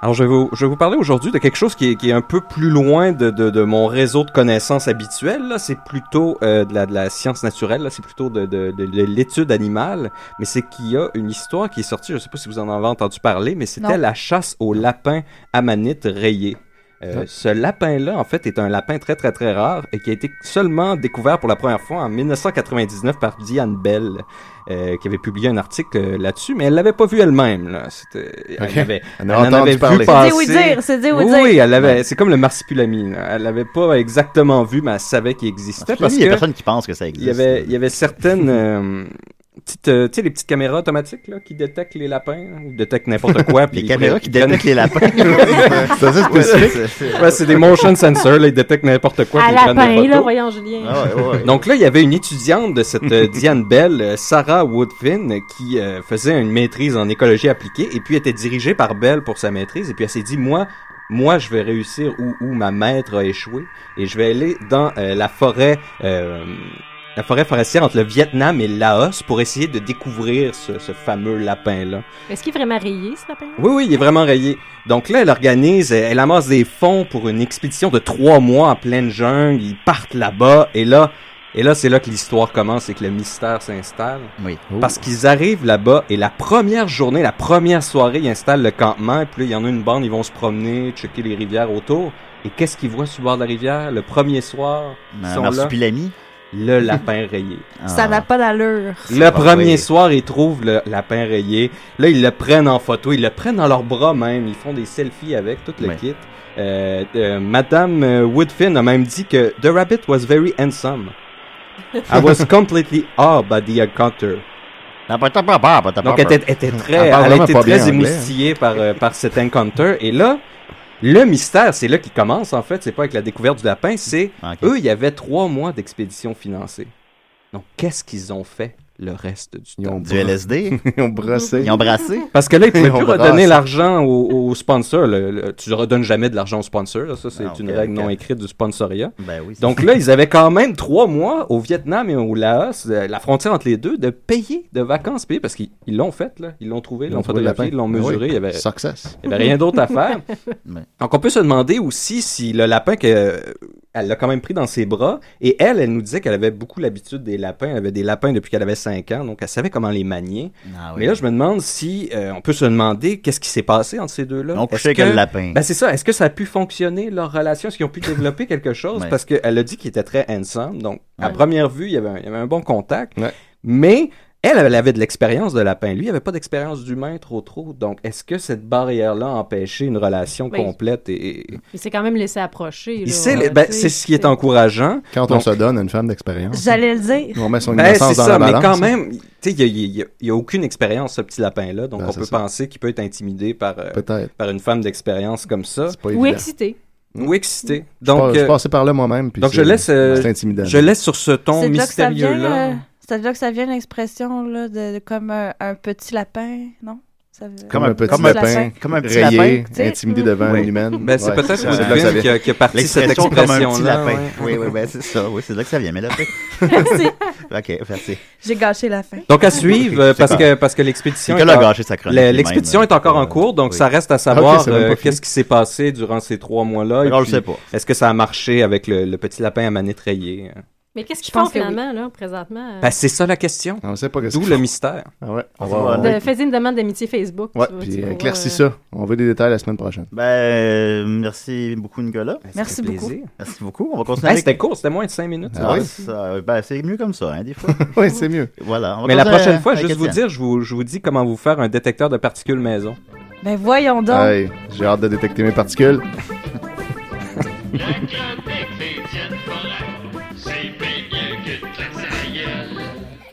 S10: Alors, je vais vous, je vais vous parler aujourd'hui de quelque chose qui est, qui est un peu plus loin de, de, de mon réseau de connaissances habituelles. là. C'est plutôt euh, de, la, de la science naturelle, là. c'est plutôt de, de, de, de l'étude animale. Mais c'est qu'il y a une histoire qui est sortie, je ne sais pas si vous en avez entendu parler, mais c'était
S11: Non.
S10: la chasse au lapin amanite rayé. Euh, Ce lapin-là, en fait, est un lapin très, très, très rare et qui a été seulement découvert pour la première fois en 1999 par Diane Bell, euh, qui avait publié un article euh, là-dessus, mais elle l'avait pas vu elle-même. là. C'était-
S5: Ok.
S10: Elle, avait,
S5: Elle a entendu parler. C'est
S10: passer.
S11: dire oui dire, c'est dire oui
S10: oui,
S11: dire.
S10: oui, elle avait.
S11: Ouais.
S10: C'est comme le marsupilami. là. Elle l'avait pas exactement vu, mais elle savait qu'il existait.
S4: Marsupilami,
S10: Parce
S4: il y a
S10: que
S4: personne qui pense que ça existe.
S10: Il y avait, il y avait certaines. euh, petites, euh, tu sais, les petites caméras automatiques là, qui détectent les lapins, là, ou détectent n'importe quoi. puis
S4: Les
S10: ils
S4: caméras
S10: prennent-
S4: qui
S10: ils prennent-
S4: détectent les lapins.
S10: C'est assez spécifique. Ouais, c'est des motion sensors, là, ils détectent n'importe quoi.
S6: À
S10: puis ils prennent des
S6: lapin, là,
S10: photos.
S6: voyons, Julien.
S4: Ah ouais, ouais, ouais.
S10: Donc là, il y avait une étudiante de cette euh, Diane Bell, euh, Sarah Woodfin, euh, qui euh, faisait une maîtrise en écologie appliquée et puis était dirigée par Bell pour sa maîtrise. Et puis elle s'est dit, moi, moi, je vais réussir où, où ma maître a échoué et je vais aller dans euh, la forêt. euh, la forêt forestière entre le Vietnam et le Laos pour essayer de découvrir ce, ce fameux lapin-là.
S6: Est-ce qu'il est vraiment rayé, ce lapin?
S10: Oui, oui, il est vraiment rayé. Donc là, elle organise, elle, elle amasse des fonds pour une expédition de trois mois en pleine jungle. Ils partent là-bas et là, et là, c'est là que l'histoire commence et que le mystère s'installe.
S4: Oui.
S10: Parce qu'ils arrivent là-bas et la première journée, la première soirée, ils installent le campement. Et puis là, il y en a une bande, ils vont se promener, checker les rivières autour. Et qu'est-ce qu'ils voient sur le bord de la rivière le premier soir ils
S4: Ben, Un
S10: sont là.
S4: marsupilami?
S10: Le lapin rayé.
S5: Ah.
S11: Ça n'a pas d'allure.
S10: Le premier soir, ils trouvent le lapin rayé. Là, ils le prennent en photo, ils le prennent dans leurs bras même. Ils font des selfies avec tout le
S4: Ouais.
S10: kit. Euh, euh, Madame euh, Woodfin a même dit que The rabbit was very handsome. I was completely awed by the encounter. Donc, elle était, était très,
S4: Elle parle
S10: elle a
S4: vraiment
S10: été
S4: pas bien
S10: très
S4: anglais, hein.
S10: émoustillée par, euh, par cet encounter. Et là, le mystère, c'est là qui commence en fait. C'est pas avec la découverte du lapin, c'est eux, il y avait trois mois d'expédition financée. Donc, qu'est-ce qu'ils ont fait le reste du temps?
S4: Du LSD.
S5: Ils ont brassé.
S4: Ils ont brassé.
S10: Parce que là, ils pouvaient
S4: Ils ont
S10: plus
S4: brassé.
S10: redonner l'argent aux au sponsors. Le- le- tu ne redonnes jamais de l'argent aux sponsors. là. Ça, c'est
S4: Ah,
S10: une
S4: ok,
S10: règle
S4: ok.
S10: non écrite du sponsoria.
S4: Ben oui, c'est
S10: Donc
S4: ça.
S10: là, ils avaient quand même trois mois au Vietnam et au Laos, euh, la frontière entre les deux, de payer, de vacances payées, parce qu'ils ils l'ont fait. Là. Ils l'ont trouvé, ils l'ont
S5: trouvé le
S10: photographié, ils l'ont
S5: lapin. Ben
S10: mesuré.
S5: Oui.
S10: Il y avait,
S5: Success. Ben,
S10: il y avait rien d'autre à faire.
S2: Ben.
S10: Donc, on peut se demander aussi si le lapin que euh, elle l'a quand même pris dans ses bras et elle, elle nous disait qu'elle avait beaucoup l'habitude des lapins. Elle avait des lapins depuis qu'elle avait 5 ans, donc elle savait comment les manier.
S4: Ah oui.
S10: Mais là, je me demande si euh, on peut se demander qu'est-ce qui s'est passé entre ces deux-là.
S4: Ils ont
S10: Est-ce
S4: couché avec le lapin.
S10: Ben, c'est ça. Est-ce que ça a pu fonctionner leur relation Est-ce qu'ils ont pu développer quelque chose
S4: Ouais.
S10: Parce qu'elle a dit qu'ils étaient très ensemble. Donc, à
S4: Ouais.
S10: première vue, il y avait un, il y avait un bon contact. Mais elle, elle avait de l'expérience de lapin. Lui, il avait pas d'expérience d'humain trop trop. Donc, est-ce que cette barrière-là a empêché une relation
S6: Ben,
S10: complète et... et-
S6: Il s'est quand même laissé approcher. là.
S10: Il sait,
S6: Euh,
S10: ben,
S6: tu sais,
S10: c'est ce qui est encourageant.
S5: Quand on
S10: Donc,
S5: se donne à une femme d'expérience.
S11: J'allais le dire.
S5: On met son
S10: ben,
S5: innocence
S10: c'est
S5: dans
S10: ça,
S5: la
S10: mais
S5: balance.
S10: quand même, tu sais, il y a- il y a, il y a aucune expérience, ce petit lapin-là, donc
S5: Ben,
S10: on
S5: c'est
S10: peut
S5: ça.
S10: penser qu'il peut être intimidé par, euh,
S5: Peut-être.
S10: par une femme d'expérience comme ça.
S6: Ou excité.
S10: Ou excité.
S5: Je suis pas-
S10: Donc,
S5: je suis
S10: euh,
S5: passé par là moi-même. puis
S10: donc je
S5: c'est-
S10: laisse, euh,
S5: C'est intimidant.
S10: je laisse sur ce ton
S11: C'est de là que ça vient,
S10: mystérieux-là.
S11: euh, C'est de là que ça vient l'expression là, de, de comme un, un petit lapin, non? Ça veut-
S5: Comme un petit lapin,
S4: Comme un petit
S5: rayé,
S4: lapin, tu sais.
S5: intimidé devant
S4: Oui.
S5: une humaine.
S10: Ben, c'est peut-être
S4: de
S10: Woodvin
S4: là que ça vient.
S10: qui a- qui a parti cette
S4: L'expression comme un petit
S10: expression-là,
S4: lapin. Oui,
S10: ouais.
S4: oui, ben, c'est ça. Oui, c'est de là que ça vient, mais là.
S11: Merci.
S4: OK, merci.
S11: J'ai gâché la fin.
S10: Donc à suivre euh,
S4: C'est
S10: parce
S4: correct.
S10: que parce que l'expédition
S4: Nicolas
S10: est en-
S4: a gâché sa chronique
S10: la-
S4: lui-même,
S10: l'expédition est encore en cours donc
S4: oui.
S10: ça reste à
S4: Ah,
S10: savoir
S4: ok, c'est même
S10: euh,
S4: pas fini.
S10: qu'est-ce qui s'est passé durant ces trois mois là
S4: Alors, on le sait pas.
S10: est-ce que ça a marché avec le, le petit lapin à manette rayée hein?
S6: Mais qu'est-ce qu'ils
S11: Je pense
S6: font
S11: que oui.
S6: finalement, là, présentement? euh,
S10: Ben, c'est ça la question
S5: On sait pas que
S10: d'où le mystère
S5: Ah ouais on
S10: On va-
S5: va
S6: de- Fais une demande d'amitié Facebook.
S5: Ouais,
S6: tu vois, tu
S5: puis
S6: pourras,
S5: éclaircis
S6: euh,
S5: ça. On veut des détails la semaine prochaine.
S4: Ben, euh, merci beaucoup, Nicolas.
S11: Merci
S10: fait
S11: beaucoup.
S10: plaisir.
S4: Merci beaucoup. On va continuer.
S10: Hey,
S4: avec-
S10: c'était court c'était moins de cinq minutes ça.
S4: Ah, ça, ben, c'est mieux comme ça, hein, des fois.
S5: oui, c'est mieux.
S4: Voilà. on va
S10: mais la
S4: continuer hein,
S10: prochaine fois
S4: avec
S10: juste vous
S4: Étienne.
S10: dire je vous je vous dis comment vous faire un détecteur de particules maison
S11: Ben voyons donc.
S5: Hey, j'ai hâte de détecter mes particules.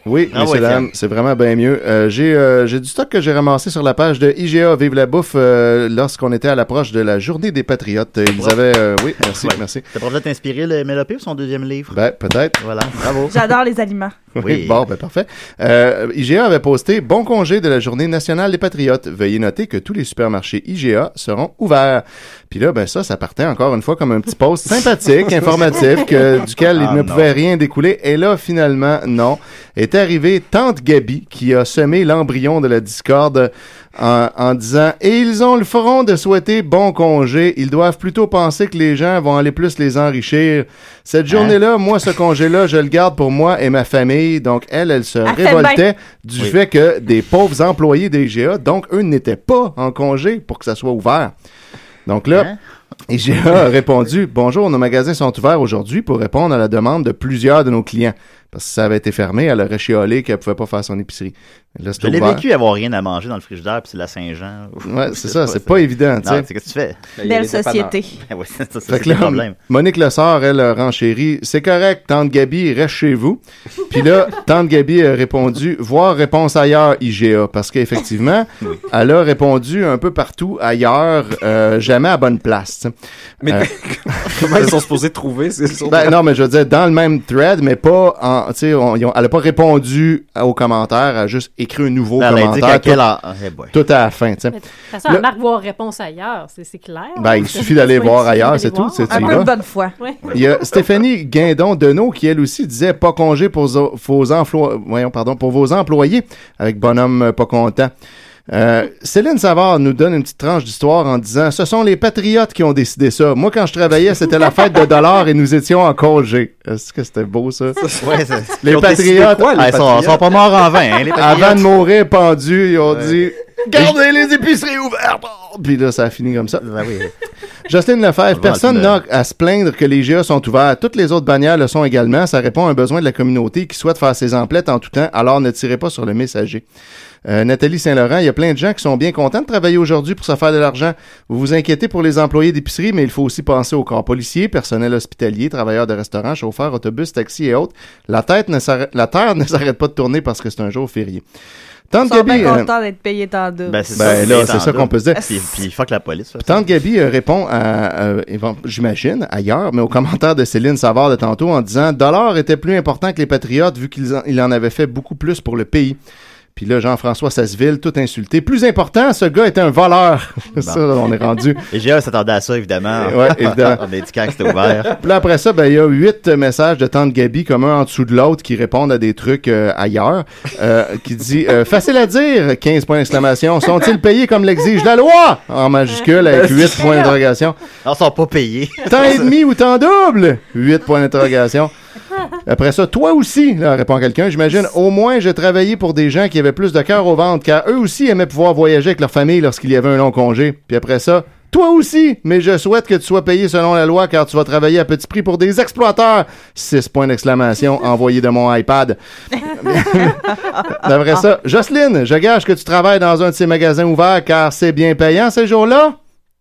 S5: Oui,
S4: Ah
S5: messieurs,
S4: ouais,
S5: dames, c'est vraiment bien mieux. Euh, j'ai, euh, j'ai du stock que j'ai ramassé sur la page de IGA Vive la bouffe euh, lorsqu'on était à l'approche de la journée des patriotes. Ils avaient... euh, oui, merci,
S4: Ouais.
S5: merci.
S4: T'as probablement inspiré le Mélopée pour son deuxième livre.
S5: Ben, peut-être.
S4: Voilà, bravo.
S11: J'adore les aliments.
S5: Oui,
S4: Oui.
S5: bon, ben parfait. Euh, IGA avait posté Bon congé de la Journée nationale des patriotes. Veuillez noter que tous les supermarchés IGA seront ouverts. Puis là, ben ça, ça partait encore une fois comme un petit post sympathique, informatif, que, duquel
S4: Ah,
S5: il ne
S4: non.
S5: pouvait rien découler. Et là, finalement, non. Est arrivée Tante Gabi qui a semé l'embryon de la discorde en, en disant Et ils ont le front de souhaiter bon congé. Ils doivent plutôt penser que les gens vont aller plus les enrichir. Cette journée-là, moi, ce congé-là, je le garde pour moi et ma famille. Donc, elle, elle se
S11: fait bien.
S5: révoltait du
S4: Oui.
S5: fait que des pauvres employés des GA, donc eux, n'étaient pas en congé pour que ça soit ouvert. Donc là,
S4: Hein?
S5: Et GA a répondu Bonjour, nos magasins sont ouverts aujourd'hui pour répondre à la demande de plusieurs de nos clients. Parce que si ça avait été fermé, elle aurait chiolé qu'elle pouvait pas faire son épicerie. Là, c'est
S4: Je l'ai
S5: ouvert.
S4: vécu avoir rien à manger dans le frigidaire, puis c'est la Saint-Jean.
S5: Ouais, c'est ça, c'est pas évident, tu sais.
S4: Non, c'est qu'est-ce que tu fais?
S11: Ben, il y a Belle les dépanneurs. société.
S4: Ben oui, c'est ça, c'est
S5: Fait
S4: ça
S5: que
S4: le
S5: là,
S4: problème.
S5: Monique Lessard, elle a renchéri C'est correct, Tante Gabi, reste chez vous. Puis là, Tante Gabi a répondu Voir réponse ailleurs, IGA. Parce qu'effectivement, elle a répondu un peu partout ailleurs, euh, jamais à bonne place. Euh,
S10: Mais comment ils sont supposés trouver c'est ça?
S5: Ben, non, mais je veux dire, dans le même thread, mais pas en. Tu sais, on- ils ont- elle n'a pas répondu à- aux commentaires, elle a juste écrit un nouveau
S4: Ben, Elle a dit
S5: commentaire.
S4: qu'à quelle
S5: tout-
S4: heure- Eh boy.
S5: tout à la fin, tu sais.
S6: Mais De toute façon, elle
S5: Là-
S6: marque voir réponse ailleurs, c'est c'est clair.
S5: Ben, il suffit d'aller voir ailleurs, c'est tout. c'est- tu y vas.
S11: foi.
S5: Il y a Stéphanie Guindon-Deneau qui, elle aussi, disait pas congé pour zo- vos, emploi- voyons, pardon, pour vos employés avec bonhomme euh, pas content. Euh, Céline Savard nous donne une petite tranche d'histoire en disant Ce sont les patriotes qui ont décidé ça. Moi, quand je travaillais, c'était la fête de dollars et nous étions en congé. Est-ce que c'était beau, ça
S4: Ouais, c'est- Ils
S5: Les
S4: ont décidé
S5: patriotes,
S4: quoi, les Ah, ils sont- patriotes? sont pas morts en vain, hein, les patriotes.
S5: Avant de mourir pendus, ils ont dit
S4: Gardez
S5: les épiceries ouvertes! Oh, Puis là, ça a fini comme ça. Jocelyne Lefebvre, personne n'a à se plaindre que les GA sont ouverts. Toutes les autres bannières le sont également. Ça répond à un besoin de la communauté qui souhaite faire ses emplettes en tout temps. Alors ne tirez pas sur le messager. Euh, Nathalie Saint-Laurent, il y a plein de gens qui sont bien contents de travailler aujourd'hui pour se faire de l'argent. Vous vous inquiétez pour les employés d'épicerie, mais il faut aussi penser aux corps policiers, personnel hospitalier, travailleurs de restaurants, chauffeurs, autobus, taxis et autres. La, tête ne s'arrête- la terre ne s'arrête pas de tourner parce que c'est un jour férié.
S11: Ils
S5: Tante
S11: sont
S5: Gabi,
S11: bien
S5: euh,
S11: contents d'être payés tant double.
S4: Ben, c'est
S5: Ben,
S4: ça,
S5: là, c'est ça qu'on peut se dire.
S4: Puis, puis fuck la police.
S5: Puis Tante Gabi euh, répond à, euh, évent- j'imagine, ailleurs, mais au commentaire de Céline Savard de tantôt en disant Dollar était plus important que les Patriotes vu qu'il en, il en avait fait beaucoup plus pour le pays. Puis là, Jean-François Sasseville, tout insulté. Plus important, ce gars était un voleur. ça, on est rendu.
S4: Et GA s'attendait à ça, évidemment.
S5: Ouais, évidemment.
S4: On a dit quand Ah, que c'était ouvert.
S5: Puis là, après ça, ben, il y a huit euh, messages de Tante Gabi, comme un en dessous de l'autre, qui répondent à des trucs euh, ailleurs, euh, qui dit euh, Facile à dire, 15 points d'exclamation. Sont-ils payés comme l'exige la loi En majuscule, avec 8 points d'interrogation.
S4: Non, ils sont pas payés.
S5: Temps et demi ou temps double 8 points d'interrogation. Après ça, toi aussi, là, répond quelqu'un, j'imagine, au moins j'ai travaillé pour des gens qui avaient plus de cœur au ventre, car eux aussi aimaient pouvoir voyager avec leur famille lorsqu'il y avait un long congé. Puis après ça, toi aussi, mais je souhaite que tu sois payé selon la loi, car tu vas travailler à petit prix pour des exploiteurs. 6 points d'exclamation envoyés de mon iPad.
S4: Ah,
S5: D'après ça, Jocelyne, je gage que tu travailles dans un de ces magasins ouverts, car c'est bien payant ces jours-là.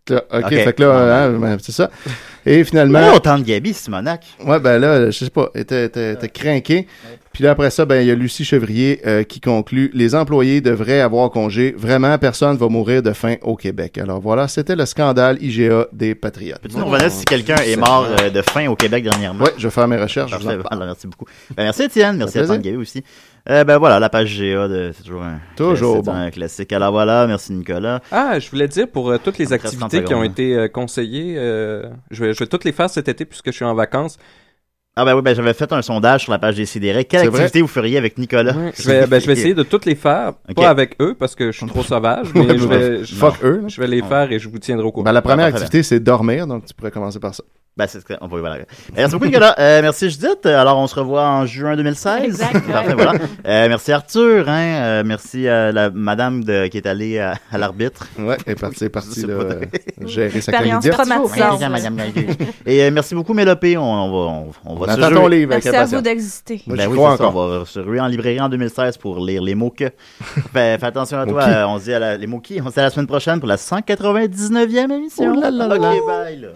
S5: Là, OK,
S4: OK.
S5: fait que là, hein, ben, c'est ça. Et finalement.
S4: Pourquoi autant de Gabi, Simonac?
S5: Ouais, ben là, je sais pas, était était- était craqué. Puis là, après ça, ben, il y a Lucie Chevrier euh, qui conclut Les employés devraient avoir congé. Vraiment, personne va mourir de faim au Québec. Alors voilà, c'était le scandale IGA des Patriotes.
S4: Peux-tu nous revenir si quelqu'un est mort euh, de faim au Québec dernièrement?
S5: Oui, je vais faire mes recherches.
S4: Parfait. Alors, merci beaucoup. Ben, merci Étienne, merci
S5: Ça
S4: à
S5: fait
S4: Tante Gabi aussi. Euh, ben voilà, la page GA, de- c'est toujours un,
S10: Toujours
S4: c'est
S10: bon.
S4: un classique. Alors voilà, merci Nicolas.
S10: Ah, je voulais dire pour euh, toutes les
S4: reste 30
S10: activités qui ont
S4: secondes.
S10: été euh, conseillées, euh, je, vais, je vais toutes les faire cet été puisque je suis en vacances.
S4: Ah ben oui, ben j'avais fait un sondage sur la page des Sidérés. Quelle
S10: C'est vrai?
S4: activité vous feriez avec Nicolas?
S10: Je vais, ben, je vais essayer de toutes les faire,
S4: Ok.
S10: pas avec eux parce que je suis trop sauvage, mais je vais, je,
S5: Fuck eux, là.
S10: je vais les faire et je vous tiendrai au courant.
S5: Ben, la première activité, c'est dormir, donc tu pourrais commencer par ça.
S4: Ben, c'est ce que- on va y voir. Euh, Merci beaucoup Nicolas. Euh, merci Judith. Alors on se revoit en juin 2016.
S5: Exact,
S4: Parfait,
S5: ouais.
S4: voilà. Euh, merci Arthur. Hein. Euh, merci à la madame de- qui est allée à, à l'arbitre.
S5: Ouais, elle est partie, est partie là, euh, gérer sa
S4: Expérience
S5: chlamydia.
S4: traumatisante. Merci, madame Gailleux. Et euh, merci beaucoup Mélopé. On, on va, on, on va
S5: On
S4: se
S5: attend
S4: jouer.
S5: ton livre avec Merci à
S11: impatience. vous d'exister.
S5: Moi,
S4: Ben
S5: j'y
S4: oui,
S5: crois
S4: c'est ça,
S5: encore.
S4: on va se ruer en librairie en 2016 pour lire les mots que. Ben, fais attention à
S5: Mots
S4: toi.
S5: qui.
S4: euh, On se dit à la, les mots qui. On se dit à la semaine prochaine pour la 199e émission.
S5: Oh là là là
S4: Ok,
S5: là.
S4: bye là.